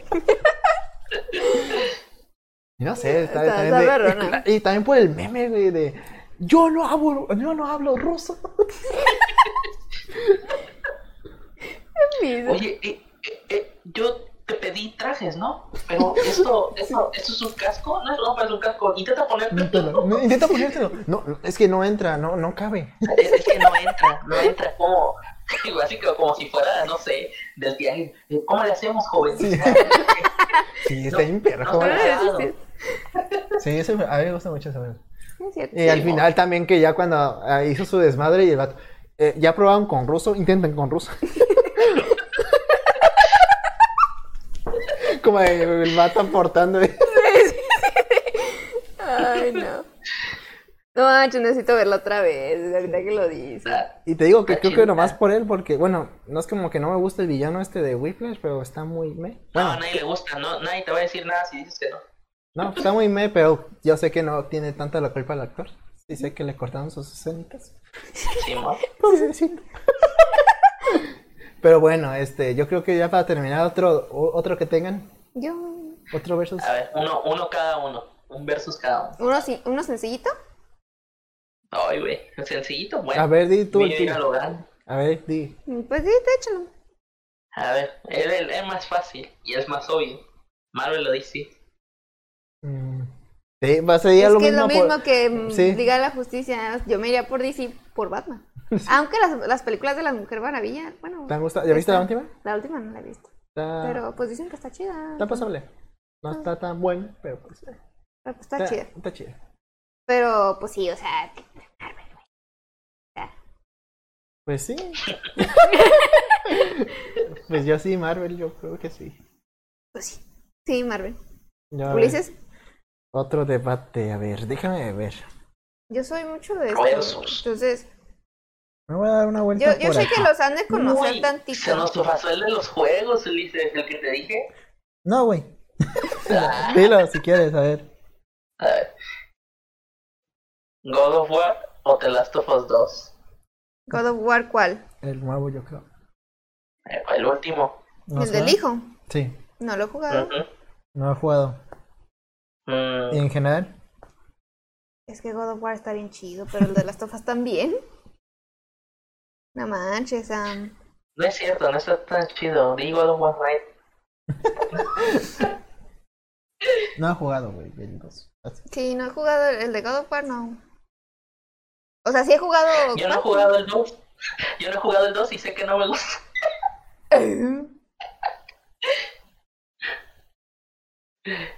Speaker 1: No sé, está,
Speaker 2: Está-
Speaker 1: también
Speaker 2: está
Speaker 1: de-
Speaker 2: perrona.
Speaker 1: y, también por el meme, güey, de yo no hablo, yo no hablo ruso.
Speaker 2: Mis-
Speaker 3: Oye, eh, eh, eh, yo te pedí trajes, ¿no? Pero
Speaker 1: (laughs)
Speaker 3: esto, esto, esto es un casco, no, no, pero es un casco. Intenta ponerte.
Speaker 1: Póntelo, no, intenta ponértelo. No, no, es que no entra, no, no cabe.
Speaker 3: (laughs) Es, es que no entra, no entra como, (laughs) así que como si fuera, no sé, del viaje. ¿Cómo le hacemos, joven?
Speaker 1: Sí. Sí, está
Speaker 3: No,
Speaker 1: bien (laughs) perro.
Speaker 3: no
Speaker 1: ¿cómo
Speaker 3: está
Speaker 1: no?
Speaker 3: bien.
Speaker 2: Ah, sí, sí,
Speaker 1: Sí, ese, a mí me gusta mucho ese meme.
Speaker 2: sí, es cierto.
Speaker 1: Y eh, al
Speaker 3: Sí,
Speaker 1: final también que ya cuando ah, hizo su desmadre y el vato, eh, ya probaron con ruso, intenten con ruso. (laughs) Como de- el vato aportando. eh.
Speaker 2: Ay, no. No, manches, necesito verlo otra vez, ahorita que lo dice.
Speaker 3: Ah,
Speaker 1: Y te digo que
Speaker 3: Está
Speaker 1: creo
Speaker 3: chido,
Speaker 1: que nomás
Speaker 3: ¿eh?
Speaker 1: por él, porque, bueno, no es como que no me gusta el villano este de Whiplash, pero está muy me.
Speaker 3: No, a
Speaker 1: Bueno,
Speaker 3: nadie le gusta, no, nadie te va a decir nada si dices que no.
Speaker 1: no, está muy me, pero yo sé que no tiene tanta la culpa el actor. Sí sé que le cortaron sus escenitas.
Speaker 3: Sí, ¿no?
Speaker 1: Pobrecito. (laughs) Pero bueno, este, yo creo que ya para terminar, otro, o- otro que tengan,
Speaker 2: Yo.
Speaker 1: otro versus.
Speaker 3: A ver, uno, uno cada uno, un versus cada uno.
Speaker 2: ¿Uno, sí- uno sencillito?
Speaker 3: Ay, güey, sencillito, bueno.
Speaker 1: A ver, di tú el
Speaker 3: Mira,
Speaker 1: tuyo.
Speaker 3: lo grande.
Speaker 1: A ver, di.
Speaker 2: Pues sí, te échalo.
Speaker 3: A ver, es, el- es más fácil y es más obvio. Marvel lo dice.
Speaker 1: Mm. Sí, va, sería
Speaker 2: es
Speaker 1: lo
Speaker 2: que es
Speaker 1: mismo.
Speaker 2: lo
Speaker 1: por-
Speaker 2: mismo que mm,
Speaker 1: Sí.
Speaker 2: diga la justicia. Yo me iría por DC, por
Speaker 1: (laughs)
Speaker 2: Batman. Aunque las, las películas de la Mujer Maravilla, bueno,
Speaker 1: ¿Te han gustado? ¿Ya viste la
Speaker 2: Está-
Speaker 1: última?
Speaker 2: la última no la he visto.
Speaker 1: Está,
Speaker 2: Pero pues dicen que está chida.
Speaker 1: está pasable. No está tan bueno, pero pues, eh,
Speaker 2: Pero, pues, está chida.
Speaker 1: Está chida.
Speaker 2: Pero pues sí, o sea, Marvel, güey.
Speaker 1: Pues
Speaker 2: (laughs)
Speaker 1: sí. pues yo sí, Marvel, yo creo que sí.
Speaker 2: pues sí. Sí, Marvel.
Speaker 1: Yo, a ver,
Speaker 2: Ulises,
Speaker 1: Otro debate, a ver, déjame ver.
Speaker 2: yo soy mucho de
Speaker 3: Oye,
Speaker 2: esto.
Speaker 3: sus-
Speaker 2: Entonces,
Speaker 1: Me voy a dar una
Speaker 2: yo,
Speaker 1: vuelta
Speaker 2: yo
Speaker 1: por
Speaker 2: sé
Speaker 1: acá.
Speaker 2: que los han de conocer
Speaker 3: Uy, Se
Speaker 2: tantito.
Speaker 3: nos pasó el de los juegos, Ulises, el que te dije.
Speaker 1: No, güey. (laughs) Dilo si quieres, a ver.
Speaker 3: A ver. God of War o The Last of Us 2.
Speaker 2: God of War, ¿cuál?
Speaker 1: El nuevo, yo creo.
Speaker 3: Eh, El último.
Speaker 1: ¿No
Speaker 2: el
Speaker 1: suena?
Speaker 2: del hijo.
Speaker 1: Sí,
Speaker 2: No lo he jugado.
Speaker 3: Ujú.
Speaker 1: no he jugado.
Speaker 3: Mm,
Speaker 1: ¿Y en general?
Speaker 2: Es que God of War está bien chido, pero el de las tofas también. No manches, Sam.
Speaker 3: No es cierto, no está tan chido. Digo God of War Night.
Speaker 1: No he jugado, güey. el dos. Así.
Speaker 2: Sí, no he jugado el de God of War, no. O sea, sí he jugado.
Speaker 3: Yo no he jugado el 2. Yo no he jugado el 2 y sé que no me gusta.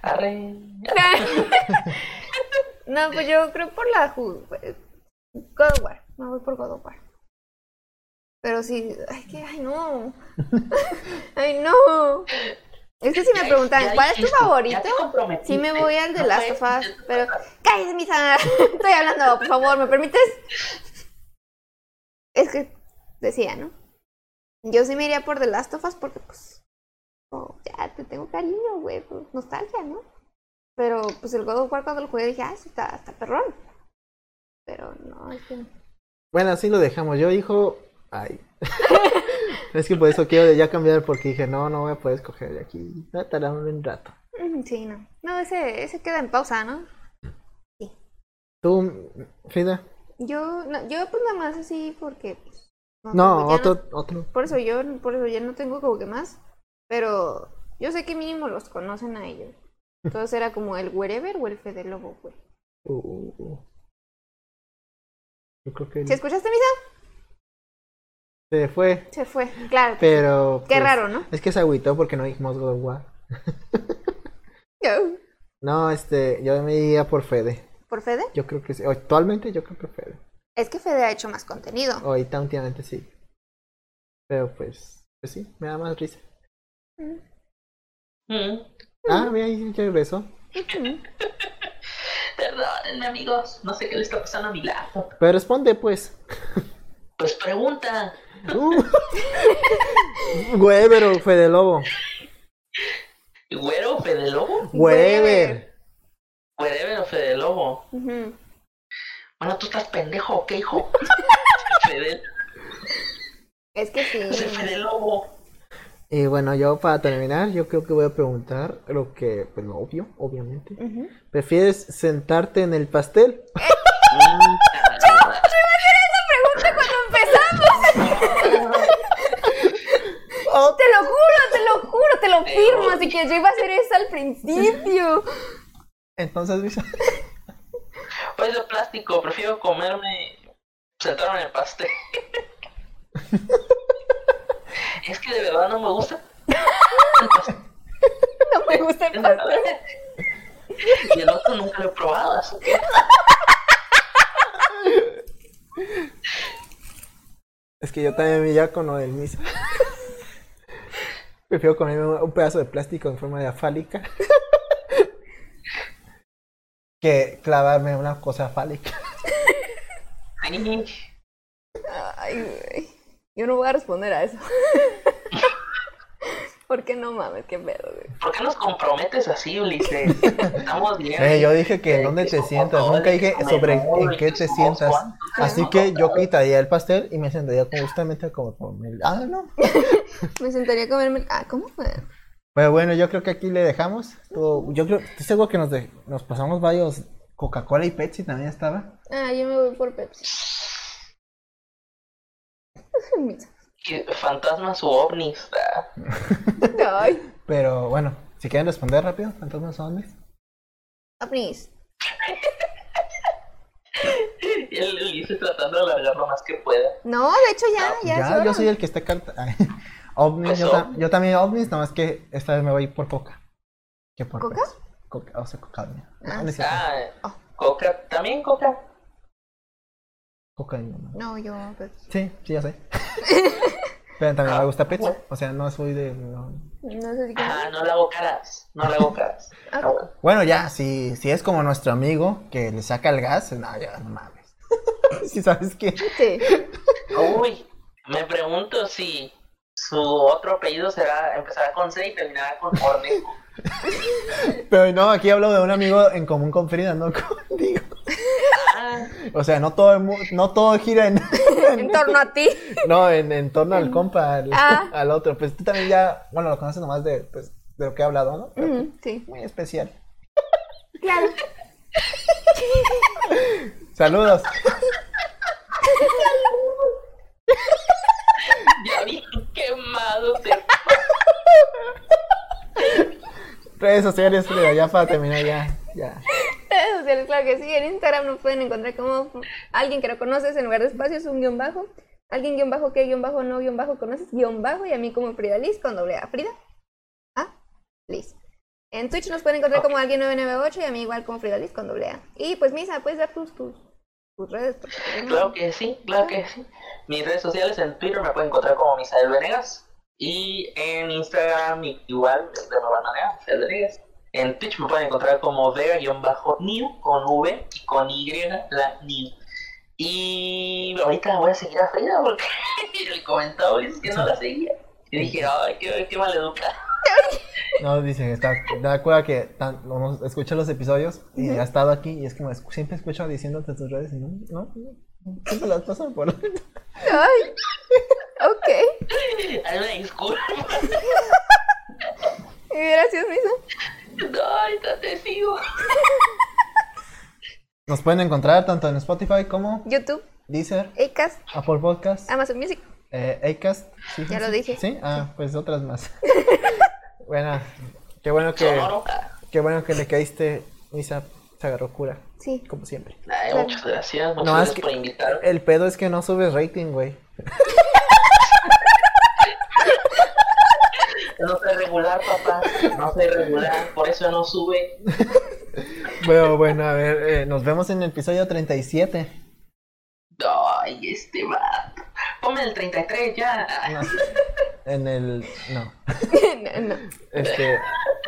Speaker 3: Arre.
Speaker 2: (clears throat) no, pues yo creo por la. ju- God of War. Me voy por God of War. Pero sí. Ay, que. Ay,
Speaker 3: (laughs)
Speaker 2: no. ay, no. Es que si me
Speaker 3: Ya-
Speaker 2: preguntan,
Speaker 3: ya
Speaker 2: ¿cuál es tu
Speaker 3: dijiste, ya
Speaker 2: favorito?
Speaker 3: te comprometiste.
Speaker 2: Sí me voy al de
Speaker 3: No
Speaker 2: Last
Speaker 3: puedes-
Speaker 2: of Us, pero... ¡Cállate, misa! (laughs) Estoy hablando, por favor, ¿me permites? Es que decía, ¿no? Yo sí me iría por The Last of Us porque, pues... oh, ya, te tengo cariño, güey. pues, nostalgia, ¿no? Pero, pues, el God of War cuando lo jugué dije, ah, sí, está, está perrón. Pero no, es que...
Speaker 1: Bueno, así lo dejamos. Yo dijo. Ay. (laughs) es que por eso quiero ya cambiar porque dije, no, no voy a poder escoger de aquí. Va a tardar un rato.
Speaker 2: mm, Sí, no. No, ese, ese queda en pausa, ¿no?
Speaker 1: ¿Tú, Frida?
Speaker 2: Yo, no, yo pues nada más así porque... pues,
Speaker 1: No,
Speaker 2: ya
Speaker 1: otro, otro.
Speaker 2: Por eso yo, por eso ya no tengo como que más. Pero yo sé que mínimo los conocen a ellos. Entonces era como el wherever o el Fede Lobo, güey.
Speaker 1: Uh, uh, uh. Yo creo que
Speaker 2: ¿Sí escuchaste misa?
Speaker 1: se fue,
Speaker 2: Se fue, claro.
Speaker 1: pero.
Speaker 2: Qué
Speaker 1: pues,
Speaker 2: raro, ¿no?
Speaker 1: Es que se agüitó porque no dijimos God of War.
Speaker 2: Yo,
Speaker 1: No, este, yo me iría por Fede.
Speaker 2: ¿Por Fede?
Speaker 1: Yo creo que sí. Actualmente yo creo que Fede.
Speaker 2: Es que Fede ha hecho más contenido.
Speaker 1: Ahorita últimamente sí. Pero pues, pues sí, me da más risa.
Speaker 3: Mm.
Speaker 1: Ah, mira, ahí ya regresó.
Speaker 3: Perdón, amigos, no sé qué le está pasando a mi laptop.
Speaker 1: Pero responde pues.
Speaker 3: Pues pregunta.
Speaker 1: Uh. (laughs) Güevero, Fede Lobo.
Speaker 3: ¿Güero o Fede Lobo?
Speaker 1: Güever.
Speaker 3: Wherever o Fede Lobo.
Speaker 2: Ujú.
Speaker 3: Bueno, tú estás pendejo, ¿o ¿qué hijo? (laughs) Fede,
Speaker 2: Es que
Speaker 3: yo soy (laughs)
Speaker 2: sí.
Speaker 3: Fede Lobo.
Speaker 1: Y bueno, yo para terminar, yo creo que voy a preguntar lo que, pues lo obvio, obviamente.
Speaker 2: Ujú.
Speaker 1: ¿Prefieres sentarte en el pastel?
Speaker 3: Mm, ah,
Speaker 2: Pregunta cuando (laughs) empezamos. Te lo juro, te lo juro, te lo firmo. Así que yo iba a hacer eso al principio.
Speaker 1: Entonces, Luisa.
Speaker 3: Pues de plástico, prefiero comerme. Sentarme en el (laughs) pastel. es que de verdad no me gusta.
Speaker 2: (laughs) No me gusta el pastel.
Speaker 3: Y el otro nunca lo he probado, así que.
Speaker 1: Es que yo también me iría con lo del misa. (laughs) Prefiero comerme un pedazo de plástico en forma de fálica. (laughs) que clavarme una cosa fálica.
Speaker 3: ay,
Speaker 2: Ay, güey. Yo no voy a responder a eso. (laughs) Porque no mames, qué pedo, güey.
Speaker 3: ¿Por qué nos comprometes así, Ulises? Estamos bien.
Speaker 1: Eh, yo dije que en dónde te sientas, nunca dije sobre en qué te sientas. Así que yo quitaría el pastel y me sentaría como- justamente como con el... Ah, no.
Speaker 2: Me sentaría a comerme. Ah, ¿cómo fue?
Speaker 1: Pero bueno, yo creo que aquí le dejamos. Estuvo- Yo creo, estoy seguro que nos, de- nos pasamos varios... Coca-Cola y Pepsi también estaba.
Speaker 2: Ah, yo me voy por Pepsi.
Speaker 3: si fantasmas u ovnis. ah,
Speaker 2: Ay,
Speaker 1: Pero bueno, si quieren responder rápido, fantasmas zombies.
Speaker 2: ovnis.
Speaker 3: Y él le dice tratando de alargar lo más que pueda.
Speaker 2: No, de hecho ya, ya. es
Speaker 1: Ya,
Speaker 2: hora.
Speaker 1: yo soy el que está carta. Ay, (laughs) ovnis, yo, ta- yo también ovnis, nomás que esta vez me voy por coca. ¿Qué por
Speaker 2: ¿Coca?
Speaker 1: pez. Coca, o sea, cocaína.
Speaker 2: Ah.
Speaker 1: No, no es cierto.
Speaker 3: Ah,
Speaker 2: Ah.
Speaker 3: Coca, también Coca.
Speaker 1: Cocaína. ¿no?
Speaker 2: No, yo. pues,
Speaker 1: Sí, sí, ya sé.
Speaker 2: (laughs)
Speaker 1: Pero también me gusta pizza. O sea, no soy de. no-
Speaker 2: No sé si
Speaker 3: Ah, no le hago caras, no le hago caras.
Speaker 2: Ah,
Speaker 1: Bueno, ya, si, si es como nuestro amigo que le saca el gas, no, ya, no mames. (laughs) si sabes que.
Speaker 2: sí.
Speaker 3: Uy, me pregunto si su otro apellido será, empezará con C y terminará con Ornejo.
Speaker 1: Pero no, aquí hablo de un amigo en común con Frida, no (laughs) contigo.
Speaker 3: Ah,
Speaker 1: O sea, no todo, el mu- no todo gira en. (laughs)
Speaker 2: En torno a ti.
Speaker 1: No, en, en torno al compa, al,
Speaker 2: Ah.
Speaker 1: al otro. Pues tú también ya, bueno, lo conoces nomás de, pues, de lo que he hablado, ¿no? Pero
Speaker 2: Mm, sí.
Speaker 1: Muy especial.
Speaker 2: Claro.
Speaker 1: Saludos.
Speaker 3: (laughs) ya bien quemado te
Speaker 1: Redes sociales, Frida, ya para terminar, ya, ya.
Speaker 2: Redes sociales, claro que sí. En Instagram nos pueden encontrar como alguien que no conoces en lugar de espacios, un guión bajo. Alguien guión bajo que guión bajo no guión bajo conoces guión bajo y a mí como Frida Liz con doble A. Frida. A. Liz. En Twitch nos pueden encontrar como alguien 998 y a mí igual como Frida Liz con doble A. Y pues Misa, puedes dar tus, tus, tus redes. porque yo no-
Speaker 3: Claro que sí, claro que sí. Mis redes sociales en Twitter me pueden encontrar como Misael Venegas. Y en Instagram igual, de igual manera, Misael Venegas. En Twitch me pueden encontrar como Vega-New con V y con Y la New. Y ahorita voy a seguir a Frida porque (laughs) le comentaba es que no la seguía. Y dije, ay, qué, qué maleducada.
Speaker 1: No, dice, está, da acuerdo que tan, uno escucha los episodios y ha estado aquí y es como, escu- siempre escucho diciéndote tus redes y no, no, no, siempre las pasan por...
Speaker 2: Ay. Ok.
Speaker 3: (laughs) Hay una disculpa. (laughs)
Speaker 2: Gracias, Misa.
Speaker 3: Ay, no te sigo.
Speaker 1: Nos pueden encontrar tanto en Spotify como
Speaker 2: YouTube,
Speaker 1: Deezer,
Speaker 2: Acast,
Speaker 1: Apple Podcast,
Speaker 2: Amazon Music.
Speaker 1: eh, Acast. ¿sí?
Speaker 2: Ah. Ya lo dije.
Speaker 1: Sí, ah, pues otras
Speaker 2: (laughs)
Speaker 1: más. bueno, qué bueno que,
Speaker 3: Sonoro.
Speaker 1: qué bueno que le caíste, Misa, se agarró cura,
Speaker 2: Sí. (laughs)
Speaker 1: como siempre.
Speaker 3: Ay, muchas gracias, muchas
Speaker 1: No, es
Speaker 3: gracias
Speaker 1: que-
Speaker 3: por invitarme.
Speaker 1: El pedo es que no subes rating, güey.
Speaker 3: No soy regular, papá. No soy regular. Por eso no sube.
Speaker 1: Bueno, bueno, a ver, eh, nos vemos en el episodio 37.
Speaker 3: Ay, este va. Ponme el 33 ya.
Speaker 1: No, en el. No.
Speaker 2: No, no.
Speaker 1: Este.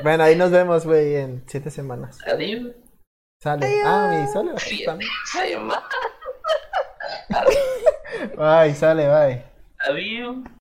Speaker 1: Bueno, ahí nos vemos, güey, en siete semanas.
Speaker 3: Adiós.
Speaker 1: Sale. Ah, mi sale.
Speaker 3: Siete semanas.
Speaker 1: Bye, sale, bye.
Speaker 3: Adiós.